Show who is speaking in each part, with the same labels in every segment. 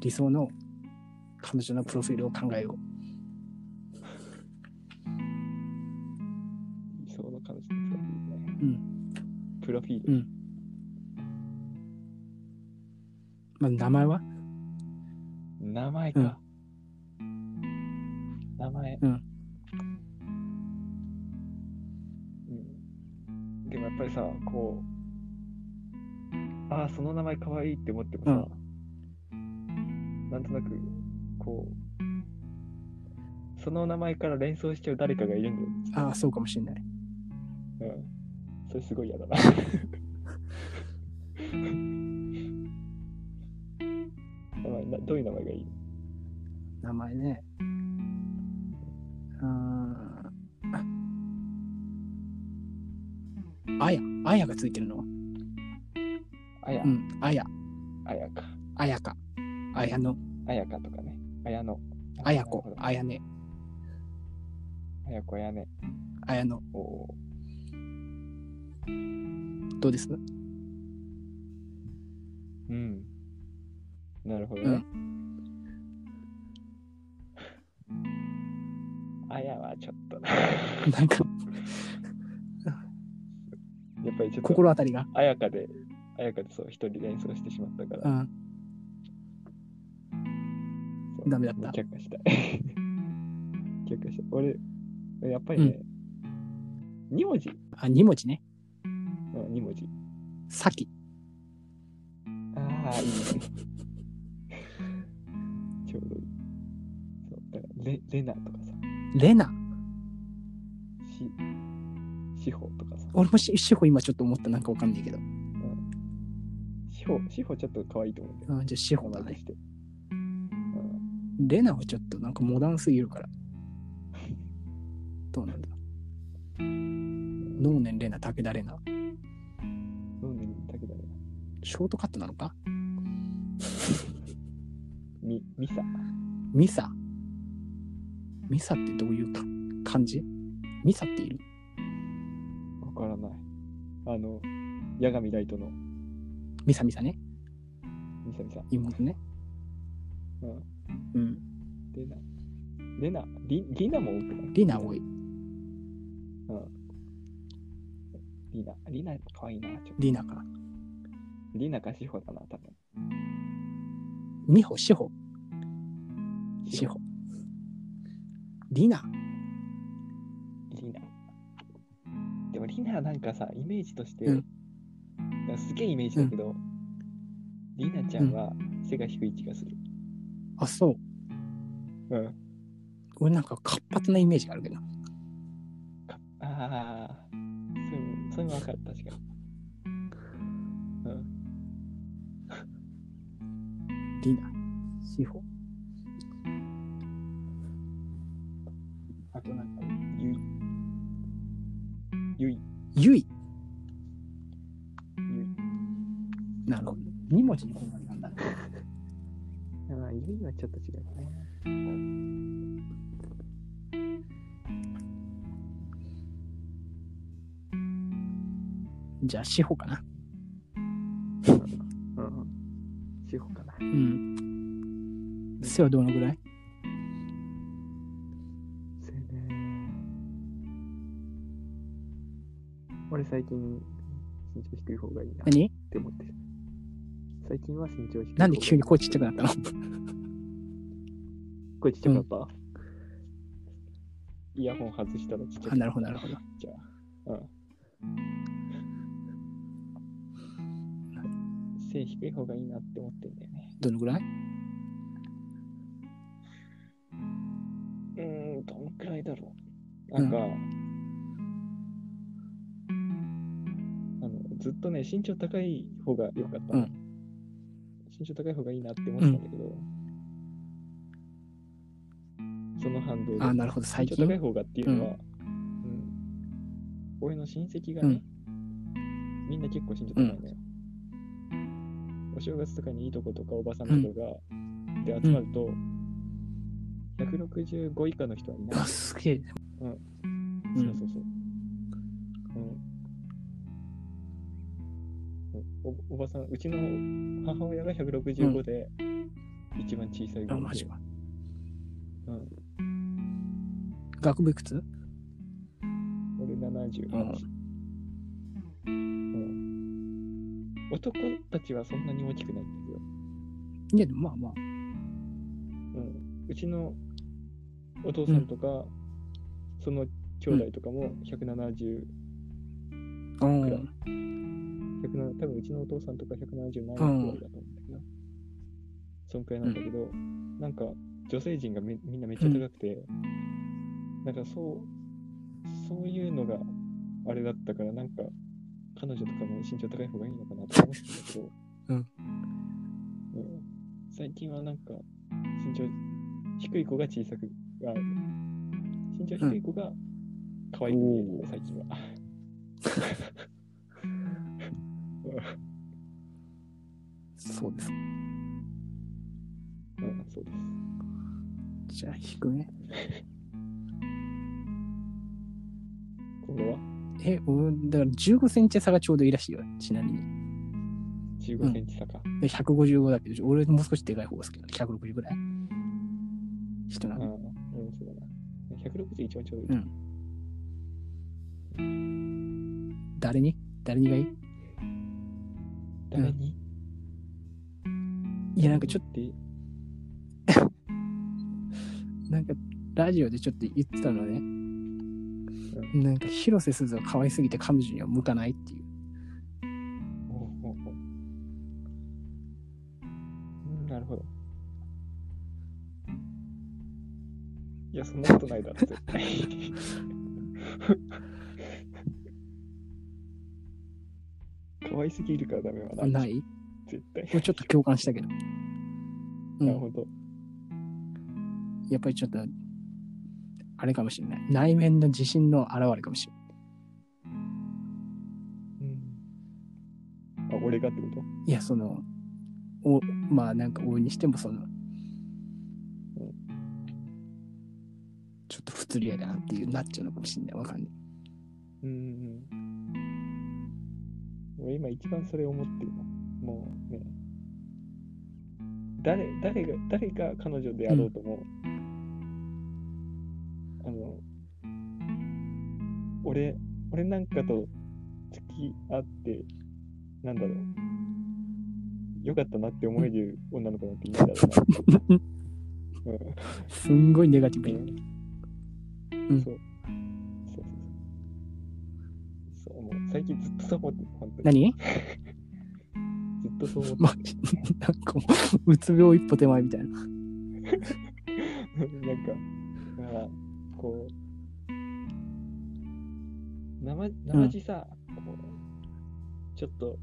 Speaker 1: 理想の彼女のプロフィールを考えよう。
Speaker 2: 理想の彼女のプロフィールね。プロフィー
Speaker 1: う
Speaker 2: ル。
Speaker 1: んまず名前は
Speaker 2: 名前か。名前。
Speaker 1: うん
Speaker 2: うんでもやっぱりさ、こう、ああ、その名前かわいいって思ってもさ、なんとなく、こう、その名前から連想しちゃう誰かがいるんだよね
Speaker 1: ああ、そうかもしれない。
Speaker 2: うん。それすごい嫌だな。名前などういう名前がいい
Speaker 1: 名前ね。うーん。あや、あやがついてるの
Speaker 2: あや
Speaker 1: う、ん、あや、
Speaker 2: あやか。
Speaker 1: あやか、あやの、
Speaker 2: あやかとかね。あやの。
Speaker 1: あやこ、
Speaker 2: あ
Speaker 1: あやね、
Speaker 2: やこやね。
Speaker 1: あやの、
Speaker 2: おお
Speaker 1: どうです
Speaker 2: ー。うん。なるほど
Speaker 1: う
Speaker 2: ね。あやはちょっと な。や
Speaker 1: なんか、
Speaker 2: っぱりちょっと、
Speaker 1: 心当たりが。
Speaker 2: あやかで、あやかでそう、一人連想してしまったから
Speaker 1: う。ん、
Speaker 2: そう
Speaker 1: ダメだった
Speaker 2: もう却下したい。却下した。俺、やっぱりね、二文字。
Speaker 1: あ、2文字ね。
Speaker 2: うん、二文字。
Speaker 1: さき。
Speaker 2: ああ、いいね。 ちょうどいい。そう、だから、レレナとかさ、
Speaker 1: レナ。
Speaker 2: し、しほとかさ、
Speaker 1: 俺もし、しほ今ちょっと思ったなんかわかんないけど。
Speaker 2: しほ、しほちょっと可愛いと思うんだよ。
Speaker 1: うん、じゃあしほ
Speaker 2: 名
Speaker 1: だ
Speaker 2: 前
Speaker 1: ね。
Speaker 2: として。うん、
Speaker 1: レナはちょっとなんかモダンすぎるから。どうなんだ能年レナ、武田レナ。
Speaker 2: 飲んでみたけどね。
Speaker 1: ショートカットなのか
Speaker 2: み、みさ。
Speaker 1: ミサ。ミサってどういうか感じミサっている
Speaker 2: わからない。あの、八神ライトの
Speaker 1: ミサミサね。
Speaker 2: みさみさ。
Speaker 1: 妹ね。
Speaker 2: うん。
Speaker 1: うん。
Speaker 2: レナ。レナ、リリナも多くない
Speaker 1: リナ多い。
Speaker 2: リナ。リナ、可愛いな。ちょっと
Speaker 1: リナか。
Speaker 2: リナかしほだな、多分。
Speaker 1: ミホ、シホ、シホ。リナ。
Speaker 2: リナ。でもリナなんかさ、イメージとして、
Speaker 1: うん
Speaker 2: なんかすげえイメージだけど、リナちゃんは背が低い気がする。
Speaker 1: あ、そう。
Speaker 2: うん。
Speaker 1: 俺なんか活発なイメージがあるけど。
Speaker 2: ああ、そういうの、そういうの分かる、確かに。
Speaker 1: リナ、シホ。
Speaker 2: あとなんか、ゆい。ゆい。
Speaker 1: ユイ。
Speaker 2: ゆい。
Speaker 1: なるほど。2文字にこんなになんだね。
Speaker 2: ああ、ゆいはちょっと違うね。
Speaker 1: じゃあ、シホかな。
Speaker 2: うん。しほかな。
Speaker 1: うん。背はどのぐらい
Speaker 2: そうやね。俺最近、身長低い方がいいなっ
Speaker 1: 何
Speaker 2: て思ってる。最近は身長低い方がいい。
Speaker 1: なんで急に声ちっちゃくなったの
Speaker 2: 声ちっちゃくなった、イヤホン外したらちっちゃ
Speaker 1: あな
Speaker 2: くな
Speaker 1: る
Speaker 2: っ
Speaker 1: ほど、なるほど。
Speaker 2: ちゃう。うん。背低い方がいいなって思ってんだよね。
Speaker 1: どのぐらいう
Speaker 2: ーん、どのくらいだろう。
Speaker 1: う
Speaker 2: なんんか、あのずっとね、身長高い方が良かったの、
Speaker 1: うん
Speaker 2: 身長高い方がいいなって思ってたんだけど、その反動で、
Speaker 1: あなるほど、最
Speaker 2: 身長高い
Speaker 1: 近。
Speaker 2: 方がっていうのは、うん俺の親戚がね、みんな結構身長高いんだよ。お正月とかにいいとことかおばさんとかが、で集まると、165以下の人はいない
Speaker 1: あ、。すげえ。
Speaker 2: うん
Speaker 1: う。
Speaker 2: そうんそうそう。うん、おおばさん、うちの母親が165で、一番小さい
Speaker 1: あ、
Speaker 2: 号
Speaker 1: マジ
Speaker 2: で。
Speaker 1: か。
Speaker 2: うん。
Speaker 1: 学部いくつ
Speaker 2: 俺78。うん。男たちはそんなに大きくないんだけど。
Speaker 1: いや、でもまあまあ。
Speaker 2: うん、うちのお父さんとか、その兄弟とかも
Speaker 1: う
Speaker 2: 170、
Speaker 1: ん
Speaker 2: くらい107多分うちのお父さんとか170ないくらいだと思うんだけど、そんくらいなんだけど、なんか女性陣がめみんなめっちゃ高くて、なんかそう、そういうのがあれだったから、なんか彼女とかも身長高い方がいいのかなとか思ってたんだけど、
Speaker 1: うん
Speaker 2: うん最近はなんか身長低い子が小さく、あ身長低い子が可愛く見えるね、
Speaker 1: おー
Speaker 2: 最近は。
Speaker 1: そうです。
Speaker 2: うん、そうです。
Speaker 1: じゃあ、低め。
Speaker 2: 今度は
Speaker 1: え、うんだから15センチ差がちょうどいいらしいよ。ちなみに。
Speaker 2: 15センチ差か。
Speaker 1: で155だけど、俺もう少しでかい方が好きなの。160ぐらい。人な
Speaker 2: うん
Speaker 1: の。
Speaker 2: 俺もそうだな。160一番ちょうどいい。
Speaker 1: うん誰に誰にがいい
Speaker 2: 誰に
Speaker 1: いや、なんかちょっ
Speaker 2: っと。
Speaker 1: と、なんか、ラジオでちょっと言ってたのね。なんか、広瀬すずは可愛すぎて彼女には向かないっていう。
Speaker 2: おうおうおううん、なるほど。いや、そんなことないだろ、絶対。可愛すぎるからダメはない。
Speaker 1: ない
Speaker 2: 絶対。
Speaker 1: これちょっと共感したけど。う
Speaker 2: なるほ
Speaker 1: ん。
Speaker 2: ど。
Speaker 1: やっぱりちょっと、あれかもしれない。内面の自信の表れかもしれない。
Speaker 2: あ、俺がってこと
Speaker 1: いや、その、おまあ、なんか、応援にしても、その、ちょっと不釣り合いだなっていうなっちゃうのかもしれない。わかん ない。
Speaker 2: うんうんうん。俺今一番それ思ってるな。もうね。誰、誰が、誰が彼女であろうとも、あの、俺、俺なんかと付き合って、なんだろう。よかったなって思える女の子なんていないだろうな。うん
Speaker 1: すんごいネガティブに。
Speaker 2: うん
Speaker 1: ん
Speaker 2: そう。そうそうそう。そう、もう最近ずっとそう思ってる、本当に。
Speaker 1: 何
Speaker 2: ずっとそう思って
Speaker 1: まあ、 なんかもう、うつ病一歩手前みたいな。
Speaker 2: る。 なんか、だから、こう、なま、なまじさ、こう、ちょっと、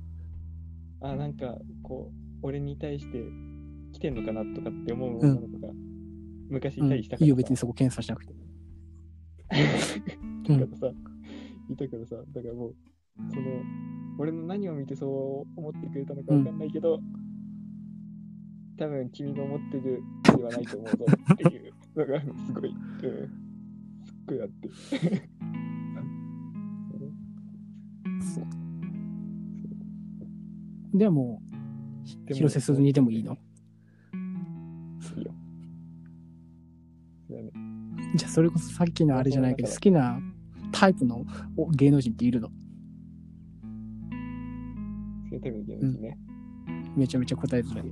Speaker 2: あ、なんか、こう、俺に対して来てんのかなとかって思う女の子が、昔いたりした
Speaker 1: い
Speaker 2: からさ、
Speaker 1: いよ、別にそこ検査しなくて。う
Speaker 2: だ
Speaker 1: ん。
Speaker 2: からさ、いたからさ、だからもう、その、俺の何を見てそう思ってくれたのかわかんないけど、多分君が思ってるではないと 思うぞっていうのが、すごい、うん、すっごいあって。
Speaker 1: でも、
Speaker 2: でも
Speaker 1: 広瀬すずにでもいいの
Speaker 2: いいよ。そうだね
Speaker 1: じゃあ、それこそさっきのあれじゃないけど、好きなタイプのお芸能人っているの
Speaker 2: それ多分いけないしね。
Speaker 1: めちゃめちゃ答えづらい。
Speaker 2: 好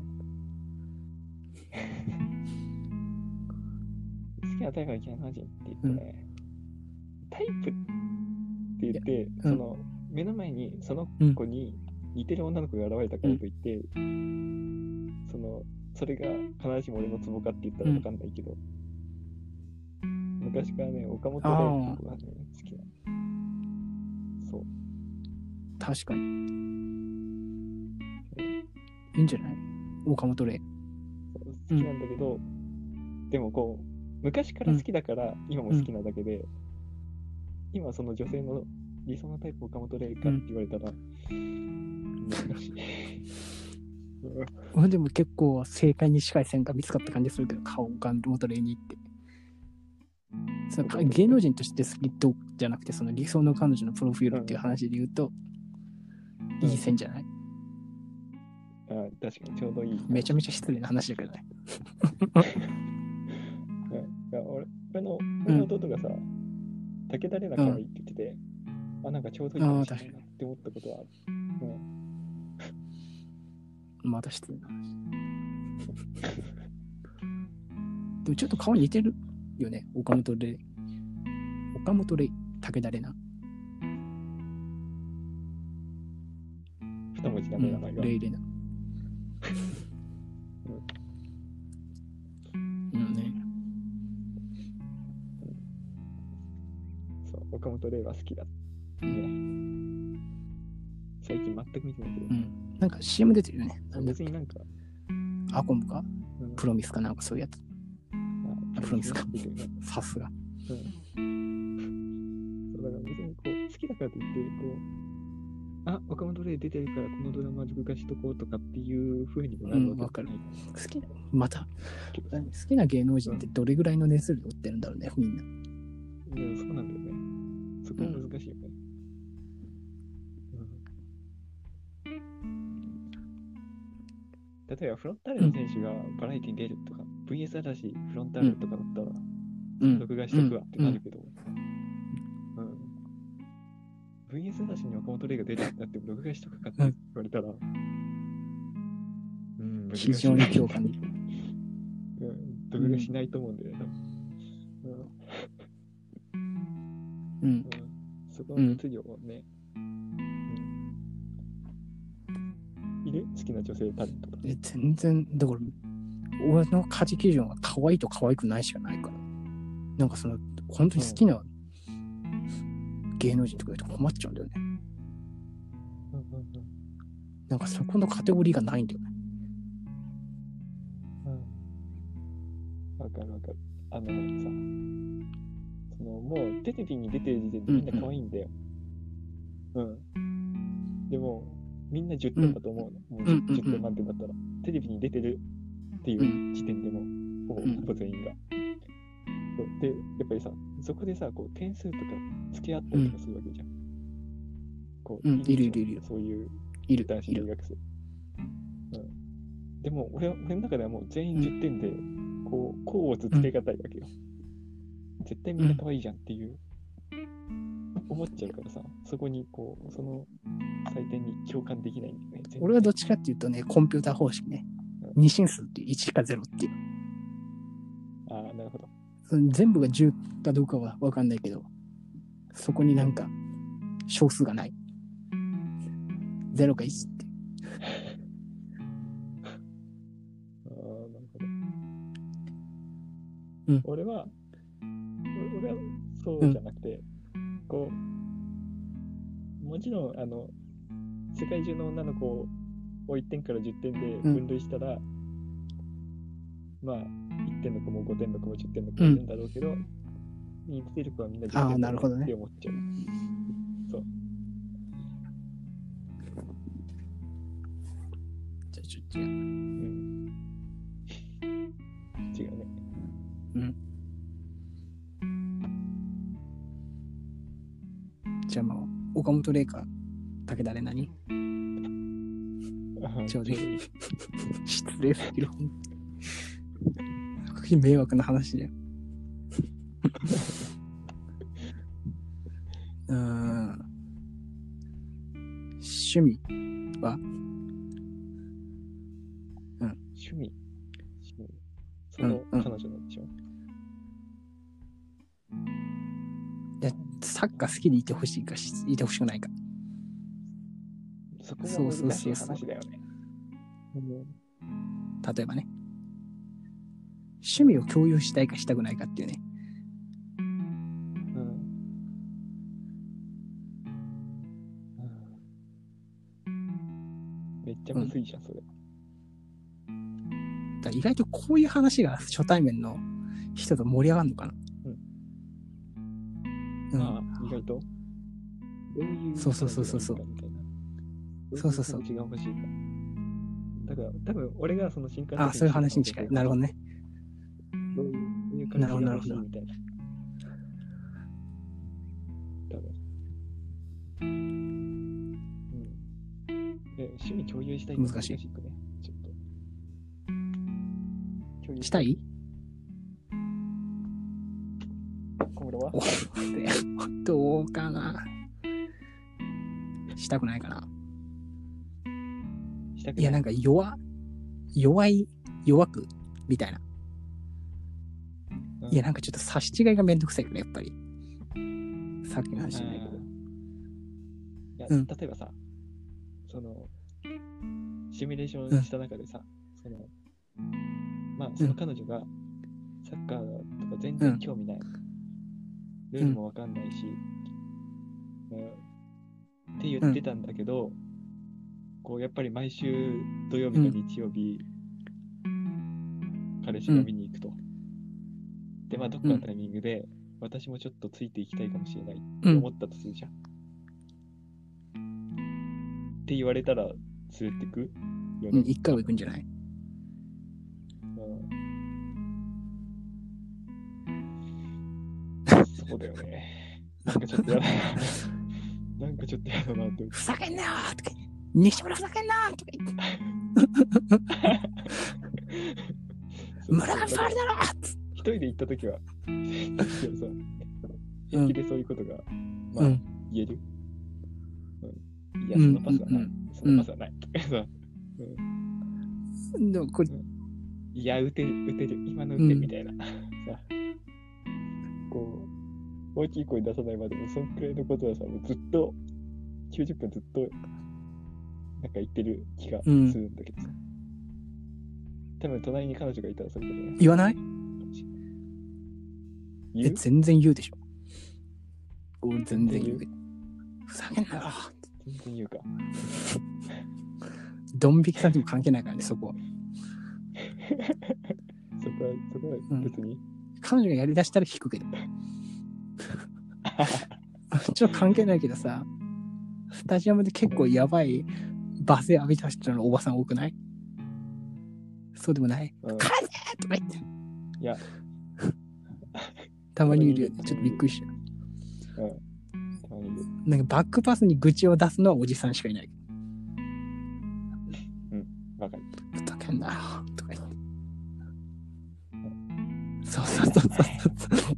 Speaker 2: きなタイプは芸能人って言ってね、タイプって言って、
Speaker 1: うん
Speaker 2: その目の前にその子に似てる女の子が現れたからといって、そのそれが必ずしも俺のツボかって言ったら分かんないけど、昔からね岡本大輔がね好きなのそう
Speaker 1: 確かに。いいんじゃない岡本玲。
Speaker 2: そう好きなんだけど、でもこう昔から好きだから今も好きなだけで、今その女性の理想のタイプ岡本玲かって言われたら、 難しいうん
Speaker 1: うんでも結構正解に近い線が見つかった感じするけど、顔が元玲にって。その芸能人として好きとじゃなくて、その理想の彼女のプロフィールっていう話で言うと、
Speaker 2: うん
Speaker 1: いい線じゃない
Speaker 2: あ確かにちょうどいい。
Speaker 1: めちゃめちゃ失礼な話だけどね。
Speaker 2: いや俺俺の俺の弟がさ、武田玲奈可愛いって言ってて、あ、なんかちょうどいいかもしれないなって思ったことはある。
Speaker 1: また失礼な話。でもちょっと顔似てるよね、岡本玲。岡本玲、武田玲奈。
Speaker 2: 二文字だ
Speaker 1: う
Speaker 2: ね、名前
Speaker 1: ん、
Speaker 2: が。
Speaker 1: レイレナ。うんね。
Speaker 2: そう、岡本玲が好きだ。ね最近全く見てないけど
Speaker 1: う、ん。なんか CM 出てるよね。なんだっ
Speaker 2: 別
Speaker 1: け
Speaker 2: になんか、
Speaker 1: アコムか
Speaker 2: うん
Speaker 1: プロミスかなんかそういうやつ。
Speaker 2: あ
Speaker 1: プロミスか
Speaker 2: みたいな。そ
Speaker 1: さすが。
Speaker 2: うだから別にこう、好きだからといって、こう、あ、岡本玲出てるからこのドラマ録画しとこうとかっていうふうにもなるわけじゃない
Speaker 1: 好きな、また、
Speaker 2: けど
Speaker 1: 好きな芸能人ってどれぐらいの熱量持ってるんだろうね、みんな。
Speaker 2: いや、そうなんだよね。そこは難しいよね。うん例えば、フロンターレの選手がバラエティに出るとか、VS だし、フロンターレとかだったら、
Speaker 1: うん。
Speaker 2: 録画しとくわってなるけど、うん VS だしに岡本玲が出るってなっても、録画しとくかって言われたら、うん、難し
Speaker 1: 非
Speaker 2: い
Speaker 1: 常に共感できる。
Speaker 2: うん、録画しないと思うんだよね、多分
Speaker 1: う
Speaker 2: うん
Speaker 1: ん。
Speaker 2: うんそこの熱量をね、うんいる好きな女性タレントとか。
Speaker 1: え全然、だから、俺の価値基準は可愛いと可愛くないしかないから。なんかその、本当に好きな芸能人とか言うと困っちゃうんだよね。なんかそこのカテゴリーがないんだよね。
Speaker 2: わ、かるわかる。あのさ、そのもうテレビに出てる時点でみんな可愛いんだよ。うん、でも、みんな10点だと思うの。もう
Speaker 1: うんうんうん
Speaker 2: 10点満点だったら。テレビに出てるっていう時点でも、ほぼ
Speaker 1: うん
Speaker 2: ほぼ全員が。そうで、やっぱりさ、そこでさ、こう点数とか付き合ったりとかするわけじゃん。こう
Speaker 1: うんいる
Speaker 2: じゃん
Speaker 1: いるいる
Speaker 2: そういう
Speaker 1: いる
Speaker 2: 男、子
Speaker 1: い
Speaker 2: 留
Speaker 1: る。
Speaker 2: 学生。うん、でも俺は、俺の中ではもう全員10点で、こう、こうをつけがたいわけよ。絶対みんな可愛いじゃんっていう、思っちゃうからさ、そこにこう、その採点に共感できないんだよね。全然
Speaker 1: 俺はどっちかっていうとね、コンピューター方式ね。二進数っていう1か0っていう。
Speaker 2: ああ、なるほど。
Speaker 1: その全部が10かどうかは分かんないけど、そこになんか、小数がない。0か1って。
Speaker 2: ああ、なるほど。
Speaker 1: うん
Speaker 2: 俺は、俺俺はそうじゃなくて、こう、もちろん、あの、世界中の女の子を1点から10点で分類したら、まあ、1点の子も5点の子も10点の子もいるんだろうけど、見つける子はみんな10点
Speaker 1: あーなるほどね
Speaker 2: って思っちゃう。そう。
Speaker 1: じゃあちょっと違う。
Speaker 2: うん、違うね。
Speaker 1: じゃあまあ、岡本玲か、武田玲奈に。ちょうどいい
Speaker 2: いい。
Speaker 1: 失礼すぎる。すごい迷惑な話だよ。 うーん。趣味。
Speaker 2: 趣味。趣味その
Speaker 1: うんうん
Speaker 2: 彼女のでしょ。
Speaker 1: サッカー好きでいてほしいかし、いてほしくないか。
Speaker 2: そこも難しい話だよね。
Speaker 1: 例えばね。趣味を共有したいかしたくないかっていうね。
Speaker 2: うんうんめっちゃむずいじゃん、それ。
Speaker 1: だから意外とこういう話が初対面の人と盛り上がるのかな。うん。
Speaker 2: ああ、意外と。どういう
Speaker 1: そうそうそうそうそう
Speaker 2: 感じがいいかみ
Speaker 1: そ
Speaker 2: たいな
Speaker 1: うそうそう
Speaker 2: どい感じが欲しいか。だから、多分俺がその新幹線
Speaker 1: あ、そういう話に近い。なるほどね。
Speaker 2: どういう感じが欲しいみたいな。多分。うん。で趣味共有したいって
Speaker 1: 難しい
Speaker 2: くね。共有
Speaker 1: したい
Speaker 2: 小室は
Speaker 1: おどうかなしたくないかな。
Speaker 2: したくない
Speaker 1: いや、なんか弱、弱い、弱く、みたいな。
Speaker 2: うん
Speaker 1: いや、なんかちょっと差し違いがめんどくさいよね、やっぱり。さっきの話じゃないけど。
Speaker 2: いや、
Speaker 1: うん
Speaker 2: 例えばさ、その、シミュレーショ
Speaker 1: うん
Speaker 2: ンした中でさ、その、まあ、その彼女が、サッカーとか全
Speaker 1: う
Speaker 2: 然
Speaker 1: ん
Speaker 2: 興味ない。ルールもわかんないし、うんって言ってたんだけど、こう、やっぱり毎週土曜日か日曜日、彼氏が見に行くと。で、まあ、どっかのタイミングで、私もちょっとついていきたいかもしれない。
Speaker 1: う
Speaker 2: 思
Speaker 1: ん。
Speaker 2: ったとするじゃん。って言われたら連れてくよ
Speaker 1: う
Speaker 2: ね
Speaker 1: ん、。一回は行くんじゃない
Speaker 2: うんそうだよね。なんかちょっとやだ な。なんかちょっとやだなって思
Speaker 1: ふざけんなよとか言って西村ふざけんなとか言って
Speaker 2: う。
Speaker 1: 村上ファウルだろつって
Speaker 2: 一人で行った時は、一人でさ、
Speaker 1: うん
Speaker 2: 平気でそういうことが、
Speaker 1: う
Speaker 2: まあ、
Speaker 1: ん。
Speaker 2: 言える。うんいや、
Speaker 1: う
Speaker 2: そ
Speaker 1: ん
Speaker 2: のパスは
Speaker 1: うんう
Speaker 2: ない
Speaker 1: ん。
Speaker 2: そのパスはない。 さ
Speaker 1: でもこれ、
Speaker 2: いや、打てる、打てる、今の打て
Speaker 1: う
Speaker 2: る
Speaker 1: ん
Speaker 2: みたいな。 さこう、大きい声出さないまでも、そんくらいのことはさ、もうずっと、90分ずっと、なんか言ってる気がするんだけどさ。多分、隣に彼女がいたら、そういうことね。
Speaker 1: 言わないえ、
Speaker 2: 言う
Speaker 1: 全然言うでしょ。俺全然言う。ふざけんなよ
Speaker 2: 全然言うか。
Speaker 1: ドン引きさんとも関係ないからね、そこは。
Speaker 2: そこは、そこは別に。
Speaker 1: 彼女がやりだしたら引くけど。 ちょっと関係ないけどさ、スタジアムで結構やばい罵声浴びた人のおばさん多くないそうでもない
Speaker 2: うん
Speaker 1: 風とか言って。
Speaker 2: いや。
Speaker 1: たまにいるよね。ちょっとびっくりした。
Speaker 2: たまに言う
Speaker 1: なんかバックパスに愚痴を出すのはおじさんしかいない。
Speaker 2: わかる。
Speaker 1: ふざけんなよとか言って。そうそうそうそうそう。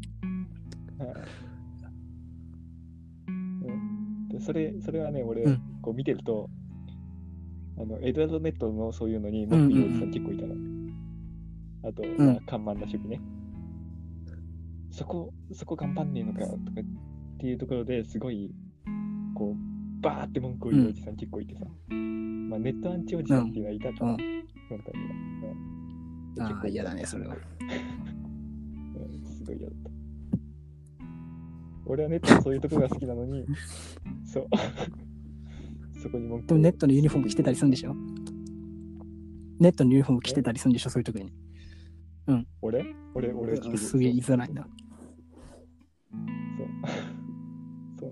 Speaker 2: うんでそれそれはね、俺、
Speaker 1: うん
Speaker 2: こう見てると、あのエドワード・ネットのそういうのに、文句言うおじさん結構いたの。あと、
Speaker 1: ん
Speaker 2: まあ、看板な守備ね。そこ、そこ頑張んねえのかとかっていうところですごい、こう、バーって文句を言うおじさん結構いてさ。まあ、ネットアンチおじさんっていうのはいたから、
Speaker 1: うん
Speaker 2: そのタイミングはうんで
Speaker 1: あ
Speaker 2: 結構
Speaker 1: あ、嫌だね、それは。
Speaker 2: うんすごい嫌だった。俺はネットのそういうとこが好きなのに、そう。そこに文句
Speaker 1: で
Speaker 2: を
Speaker 1: もネットのユニフォーム着てたりするんでしょネットのユニフォーム着てたりするんでしょそういう時に。
Speaker 2: 俺俺俺着てる
Speaker 1: すげえ言いづらいな。
Speaker 2: そう。そう。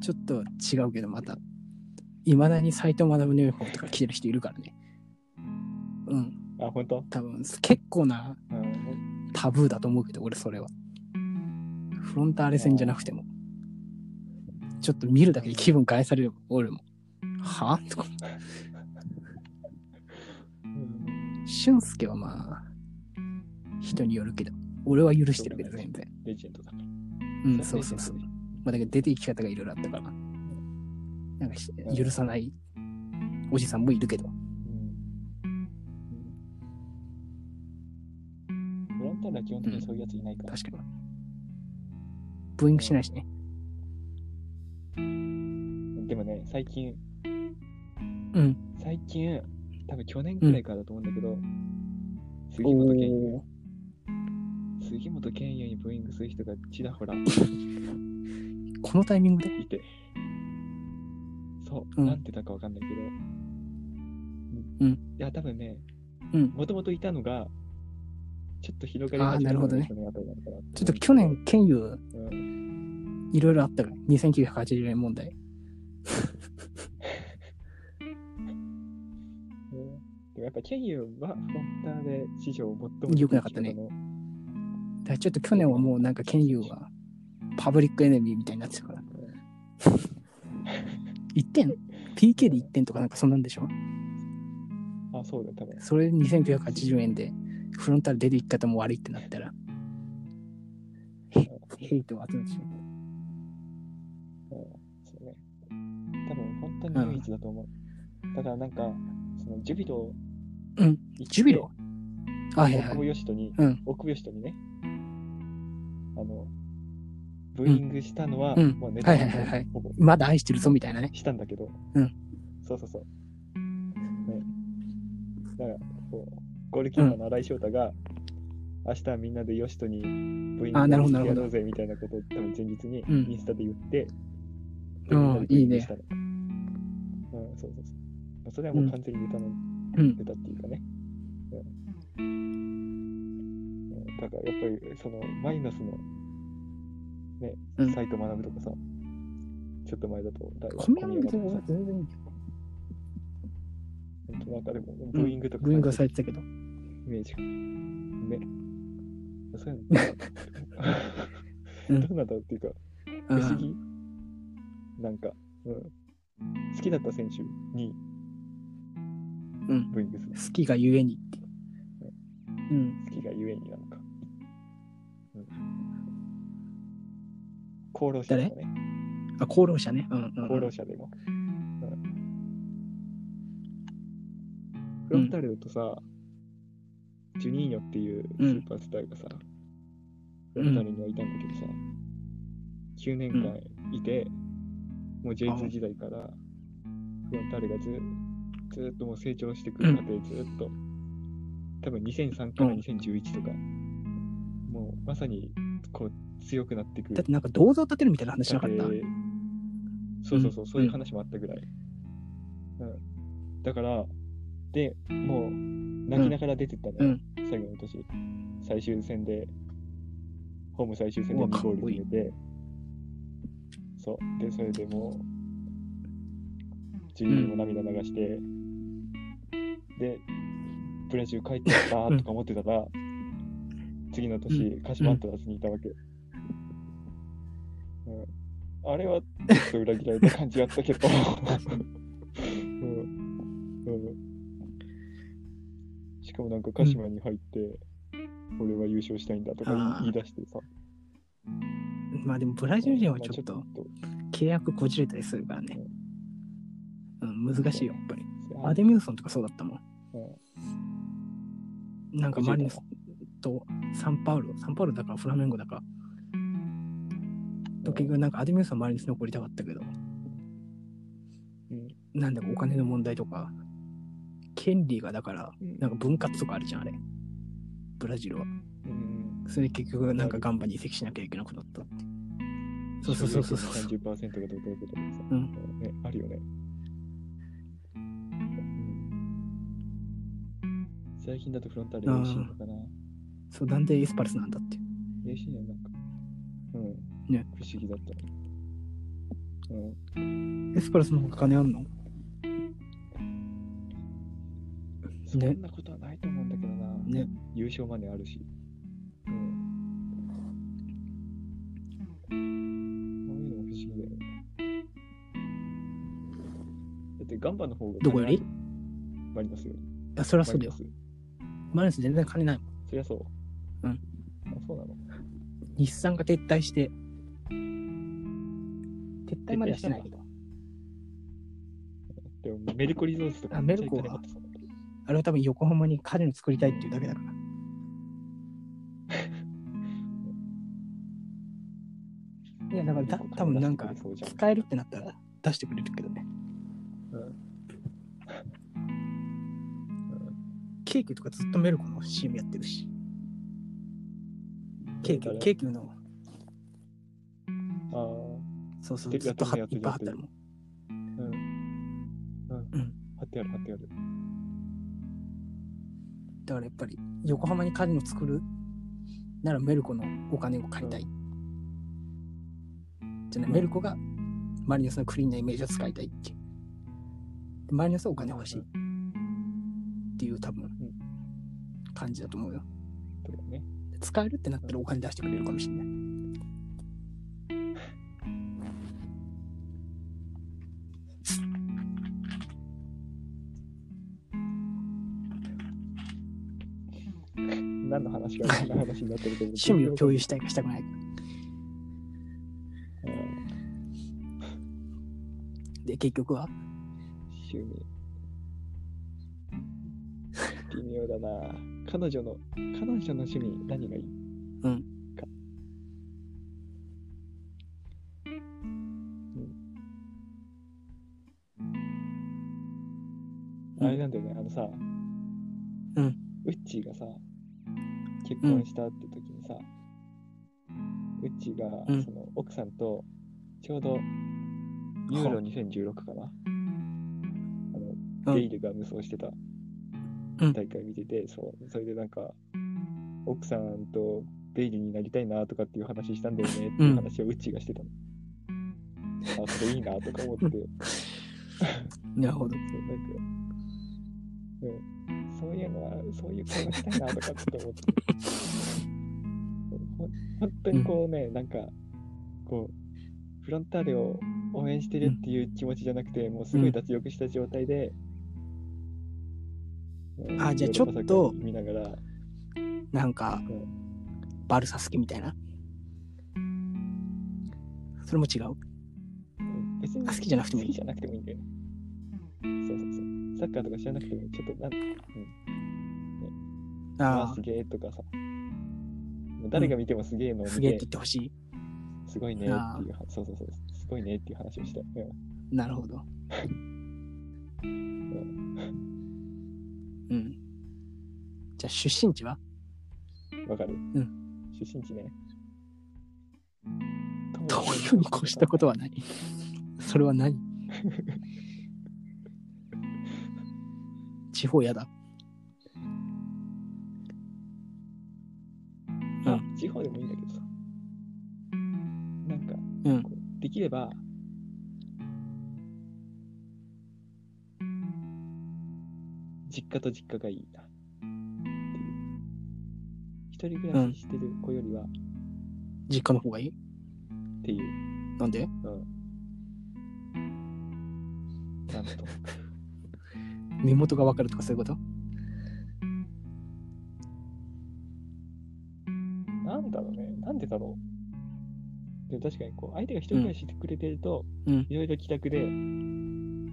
Speaker 1: ちょっと違うけど、また。いまだに斎藤学のユニフォームとか着てる人いるからね。うん、
Speaker 2: あ、本当
Speaker 1: 多分結構な
Speaker 2: うん。
Speaker 1: タブーだと思うけど、俺それは。フロンターレ戦じゃなくても。ちょっと見るだけで気分害される、俺も。はとか。
Speaker 2: うん
Speaker 1: 俊介はまあ、人によるけど、俺は許してるけど、全然。
Speaker 2: レジェンドだから。
Speaker 1: うん、そうそうそう。
Speaker 2: レ
Speaker 1: まあ、だ
Speaker 2: ジェン
Speaker 1: けど出て行き方がいろいろあったから、なんかし
Speaker 2: うん
Speaker 1: 許さないおじさんもいるけど。
Speaker 2: ドだうん。フロンターレは基本的にそういうやついないから。
Speaker 1: 確かに。ブーイングしないしね。
Speaker 2: でもね、最近、
Speaker 1: うん。
Speaker 2: 最近、多分去年くらいからだと思うんだけど、杉本健
Speaker 1: おお。
Speaker 2: 杉本健也にブーイングする人がちらほら
Speaker 1: このタイミングで
Speaker 2: いて。そう、
Speaker 1: うん
Speaker 2: なんてだかわかんないけど。
Speaker 1: うん
Speaker 2: いや、多分ね、
Speaker 1: うん
Speaker 2: もともといたのが、ちょっと広がり始めた
Speaker 1: あ
Speaker 2: の
Speaker 1: ーなるほどね
Speaker 2: 去年あたりなのかな
Speaker 1: ちょっと去年、ケンユ
Speaker 2: うん
Speaker 1: いろいろあったから、2980円問題。
Speaker 2: うんでもやっぱケンユはフロンターレ史上最も
Speaker 1: 良くなかったね
Speaker 2: 良い人の
Speaker 1: だからちょっと去年はもうなんかケンユはパブリックエネミーみたいになってた から。1点 ?PK で1点とかなんかそんなんでしょ
Speaker 2: あ、そうだよ、多分。
Speaker 1: それで2980円で、フロンタル出る生き方も悪いってなったら、へヘイトを集めてしまう。
Speaker 2: そうね。多分、本当に唯一だと思う。だから、なんか、そのジュビロ
Speaker 1: うん、ジュビロあ、はいは
Speaker 2: 大久
Speaker 1: い
Speaker 2: 保
Speaker 1: はい。
Speaker 2: 嘉人に、
Speaker 1: うん
Speaker 2: 大久保嘉人にね、あの、ブーイングしたのは、
Speaker 1: うん
Speaker 2: もうネタ
Speaker 1: はいはいはいはい
Speaker 2: ほぼ
Speaker 1: まだ愛してるぞみたいなね。
Speaker 2: したんだけど、
Speaker 1: うん
Speaker 2: そうそうそう。ね。だから、こう、ゴールキーパーの荒井翔太が、明日はみんなで嘉人にブーイング
Speaker 1: あなるほど
Speaker 2: して
Speaker 1: な
Speaker 2: や
Speaker 1: る
Speaker 2: ろ
Speaker 1: ほ
Speaker 2: うぜみたいなことを多分前日に
Speaker 1: うん
Speaker 2: インスタで言って、
Speaker 1: うん
Speaker 2: でみんなでブーイングしたのうん、そうそうそう。それはもう完全にネタの
Speaker 1: うん
Speaker 2: 出。たっていうかね。うんうんだからやっぱりそのマイナスのね、
Speaker 1: うん
Speaker 2: サイト学ぶとかさ、ちょっと前だと、だ
Speaker 1: コミュニ
Speaker 2: と
Speaker 1: ケーシ
Speaker 2: かさ
Speaker 1: ョンは、全然いい。
Speaker 2: 本当なんかでもブーイングとか
Speaker 1: ブーイングは
Speaker 2: さ
Speaker 1: されてたけど。
Speaker 2: イメージが。ね。そういうの
Speaker 1: うん
Speaker 2: どうなんだろうっていうか、
Speaker 1: う
Speaker 2: 不思
Speaker 1: ん
Speaker 2: 議。なんか、うん、好きだった選手に
Speaker 1: うん
Speaker 2: ブーイングする。
Speaker 1: 好きがゆえにっていう。うん。
Speaker 2: 好きがゆえになのか。うん、功労者とかね。
Speaker 1: あ、功労者ね。うんうんう
Speaker 2: 功
Speaker 1: ん
Speaker 2: 労。者でも。うん、フロンターレだとさ、ジュニーニョっていうスーパースターがさ、
Speaker 1: うん
Speaker 2: フロンターレにはいたんだけどさ、9年間いて、もう
Speaker 1: あ
Speaker 2: J2 時代から、フロンターレがずずーっともう成長してくる過程、ずーっと、多分2003から
Speaker 1: うん
Speaker 2: 2011とか、もうまさにこう強くなってくる
Speaker 1: だってなんか銅像立てるみたいな話なかった。
Speaker 2: 家庭そうそうそう、
Speaker 1: うん
Speaker 2: そういう話もあったぐらい。うん。だから、で、もう、泣きながら出てったのよ、最後の年。最終戦で、ホーム最終戦
Speaker 1: う
Speaker 2: で
Speaker 1: わ
Speaker 2: 2ゴ
Speaker 1: か
Speaker 2: ー
Speaker 1: っこ
Speaker 2: ル
Speaker 1: いい
Speaker 2: 決めて、そう。で、それでもう、ジュニーも涙流して、で、ブラジル帰ってきたとか思ってたら、次の年、鹿島アントラスにいたわけ。うん、あれはちょっと裏切られた感じやったけど、うんうん、しかもなんか鹿島に入って、俺は優勝したいんだとか言い
Speaker 1: あー
Speaker 2: 言い出してさ。
Speaker 1: まあでもブラジル人は
Speaker 2: まあ
Speaker 1: ちょっと
Speaker 2: と
Speaker 1: 契約こじれたりするからね。うん、難しいよ、やっぱり。ア
Speaker 2: あ
Speaker 1: デミューソンとかそうだったもん。
Speaker 2: う
Speaker 1: なんかマリノスとサンパウロ、サンパウロだからフラメンゴだから、
Speaker 2: ん
Speaker 1: 結局なんかアデミューソンマリノス残りたかったけど、
Speaker 2: うん
Speaker 1: なんだかお金の問題とか、権利がだから、
Speaker 2: うん
Speaker 1: なんか分割とかあるじゃん、あれ。ブラジルは。
Speaker 2: うん
Speaker 1: それで結局なんかガンバに移籍しなきゃいけなくなったって。そうそうそうそうそう。
Speaker 2: 30%がどうかいうことでさ、
Speaker 1: うん
Speaker 2: ね、あるよね。最近だとフロンターレ
Speaker 1: うん
Speaker 2: AC のかな。
Speaker 1: そう、なんでエスパルスなんだって。
Speaker 2: AC はなんか、うん、
Speaker 1: ね
Speaker 2: 不思議だった。うん、
Speaker 1: エスパルスの方が金あんの
Speaker 2: そんなことはないと思うんだけどな。
Speaker 1: ね。
Speaker 2: 優勝まであるし。うん。こういうのも不思議だよね。だってガンバの方が
Speaker 1: どこより
Speaker 2: マリノスより。
Speaker 1: あ、そりゃ
Speaker 2: マ
Speaker 1: そうだ
Speaker 2: リ
Speaker 1: よ
Speaker 2: ノ。ス。
Speaker 1: マリノス全然金ないもん。
Speaker 2: そりゃそう。
Speaker 1: うん
Speaker 2: あ、そうなの
Speaker 1: 日産が撤退して、撤退まではしてないけど。
Speaker 2: でもメルコリゾースとか
Speaker 1: あメルコは
Speaker 2: めっちゃ行かなかったそう
Speaker 1: あれは多分横浜に彼の作りたいっていうだけだから。 いや、だからだ多分なんか、
Speaker 2: そうじゃん
Speaker 1: 使えるってなったら出してくれるけどね。ケーキとかずっとメルコの CM やってるし。ケー
Speaker 2: 誰
Speaker 1: キ、ケーキの、
Speaker 2: あー
Speaker 1: そうそう、
Speaker 2: やって
Speaker 1: ず
Speaker 2: る
Speaker 1: っと貼っい
Speaker 2: や
Speaker 1: っ
Speaker 2: って
Speaker 1: ぱ
Speaker 2: る
Speaker 1: い貼ってあるもん。
Speaker 2: うん。うん。
Speaker 1: うん
Speaker 2: 貼ってある貼ってある。
Speaker 1: だからやっぱり、横浜にカジノ作るならメルコのお金を借りたい。じゃない、メルコがマリノスのクリーンなイメージを使いたいっていう。でマリノスはお金欲しいっていう多分、感じだと思うよ。
Speaker 2: とかね。
Speaker 1: 使えるってなったらお金出してくれるかもしれない。
Speaker 2: 何の話か、何の話になってると思う。
Speaker 1: 趣味を共有したいかしたくないか。
Speaker 2: うん
Speaker 1: で、結局は、
Speaker 2: 趣味。微妙だな。彼女の、彼女の趣味、何がいい
Speaker 1: うん。
Speaker 2: か。うんあれなんだよね、あのさ、うんウッチーがさ、結婚したって時にさ、ウッチーが、
Speaker 1: うん
Speaker 2: その奥さんと、ちょうど、ユーロ2016かな。
Speaker 1: うん
Speaker 2: ゲイルが無双してた
Speaker 1: うん
Speaker 2: 大会見てて、そうそれでなんか奥さんとベイリーになりたいなとかっていう話したんだよねっていう話をうちがしてたの。あ、それいいなとか思って、そう
Speaker 1: なるほど。
Speaker 2: なんか、うん、そういうのは、そういう会話したいなとかって思って。ほん本当にこうね、なんか、こう、フロンターレを応援してるっていう気持ちじゃなくて、もうすごい脱力した状態で、うん
Speaker 1: あじゃあちょっと
Speaker 2: ヨーロッパサッカー見ながら、
Speaker 1: なんか
Speaker 2: う、
Speaker 1: バルサ好きみたいな。それも違う。
Speaker 2: うん別に
Speaker 1: あ好きじゃなくてもいい
Speaker 2: 好きじゃなくてもいいんだよね。そうそうそう。サッカーとか知らなくても、ちょっとなんわ
Speaker 1: あ
Speaker 2: あすげえとかさ。誰が見てもすげえの
Speaker 1: あ、
Speaker 2: を見
Speaker 1: す
Speaker 2: て、
Speaker 1: げえって言ってほしい。
Speaker 2: すごいねっていう、そうそうそう、すごいねっていう話をした。うん
Speaker 1: なるほど。うん。じゃあ、出身地は
Speaker 2: わかる、
Speaker 1: う
Speaker 2: 出身地ね。
Speaker 1: 東京に越したことはない。それは何地方やだ。
Speaker 2: あ
Speaker 1: うん
Speaker 2: 地方でもいいんだけどさ。なんか、
Speaker 1: うん
Speaker 2: こうできれば、実家と実家がいいな。っていう。一人暮らししてる子よりは、っ
Speaker 1: 実家の方がいい
Speaker 2: ていう。
Speaker 1: なんで
Speaker 2: なんと。
Speaker 1: 身元が分かるとかそういうこと
Speaker 2: なんだろうね。なんでだろう。でも確かにこう、相手が一人暮らししてくれてると、
Speaker 1: うん
Speaker 2: いろいろ気楽で、
Speaker 1: うん。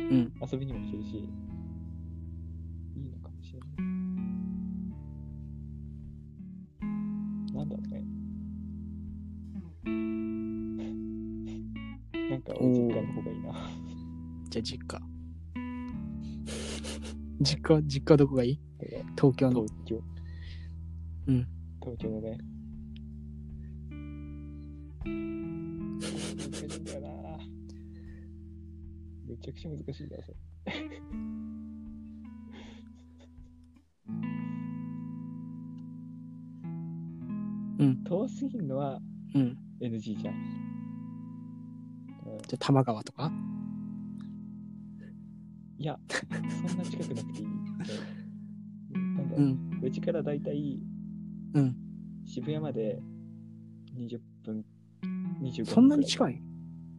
Speaker 2: 遊びにも行けるし、いいのかもしれない。なんだろうね。 なんか、俺実家の方がいいな。
Speaker 1: じゃあ、実家。実家、実家どこがいい東京の
Speaker 2: 東。京。
Speaker 1: うん。
Speaker 2: 東京のね。難しいんだよな。めちゃくちゃ難しいんだよ、それ。
Speaker 1: うん
Speaker 2: 遠すぎるのは
Speaker 1: うん。
Speaker 2: NG じゃん。
Speaker 1: じゃあ、多摩川とか
Speaker 2: いや、そんな近くなく ていい。うんなんだ
Speaker 1: う
Speaker 2: ろう、
Speaker 1: ん。
Speaker 2: うちからだいたい
Speaker 1: うん。
Speaker 2: 渋谷まで20分、25分。
Speaker 1: そんなに近
Speaker 2: い
Speaker 1: い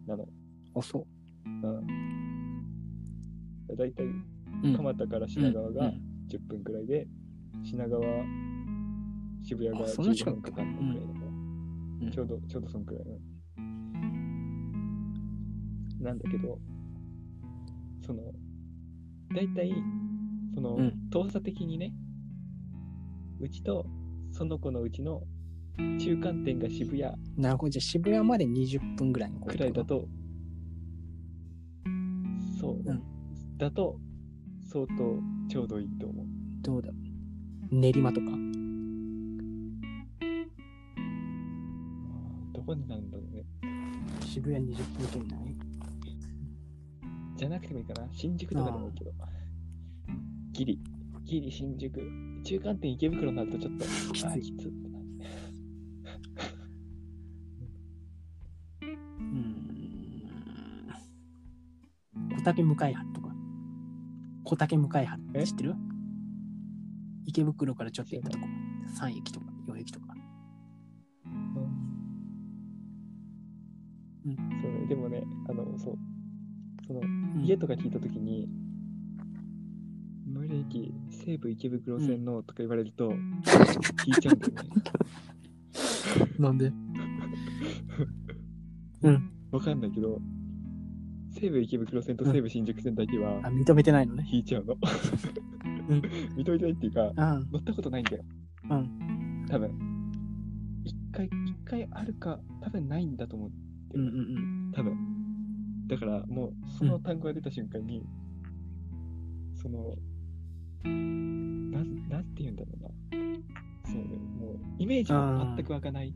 Speaker 2: なの。
Speaker 1: あ、そう。
Speaker 2: うん。だいたい
Speaker 1: うん。
Speaker 2: 蒲田から品川
Speaker 1: うん
Speaker 2: が
Speaker 1: うん
Speaker 2: 10分くらいで、品川、渋谷が
Speaker 1: あそんな近
Speaker 2: 15
Speaker 1: く
Speaker 2: 分かかるくらいだから、
Speaker 1: うん
Speaker 2: ちょうど、ちょうどそのくらいの。なんだけど、その、だいたい、その、
Speaker 1: うん
Speaker 2: 遠さ的にね、うちとその子のうちの中間点が渋谷
Speaker 1: なるほど。じゃあ、渋谷まで20分ぐらいの
Speaker 2: くらいだ。と、そう、
Speaker 1: うん
Speaker 2: だと、相当ちょうどいいと思う。
Speaker 1: どうだ練馬とか。
Speaker 2: どこになるんだろうね。
Speaker 1: 渋谷20分圏内。
Speaker 2: じゃなくてもいいかな。新宿とかでもいいけど。ギリ。ギリ新宿。中間点池袋になるとちょっと、
Speaker 1: きつい
Speaker 2: あーきつってなるね
Speaker 1: うん。小竹向原とか。小竹向原
Speaker 2: え
Speaker 1: 知ってる池袋からちょっと行くとこ。3駅とか4駅とか。
Speaker 2: うんん。そうね。でもね、あの、そう。その、
Speaker 1: うん
Speaker 2: 家とか聞いたときに、最寄り駅、西武池袋線のとか言われる と、聞いちゃうんだよね。
Speaker 1: なんで
Speaker 2: わかんないけど、西武池袋線と西武新宿線だけ
Speaker 1: あ、
Speaker 2: は
Speaker 1: 認めてないのね。
Speaker 2: 引いちゃうの。
Speaker 1: うん
Speaker 2: 認めてないっていうか、
Speaker 1: あ
Speaker 2: 乗ったことないんだよ。
Speaker 1: う
Speaker 2: 多分。一回、一回あるか、多分ないんだと思う。
Speaker 1: うんうんうん。
Speaker 2: 多分。だから、もう、その単語が出た瞬間に、その、なん、なんて言うんだろうな。そうね、もう、イメージが全く湧かない。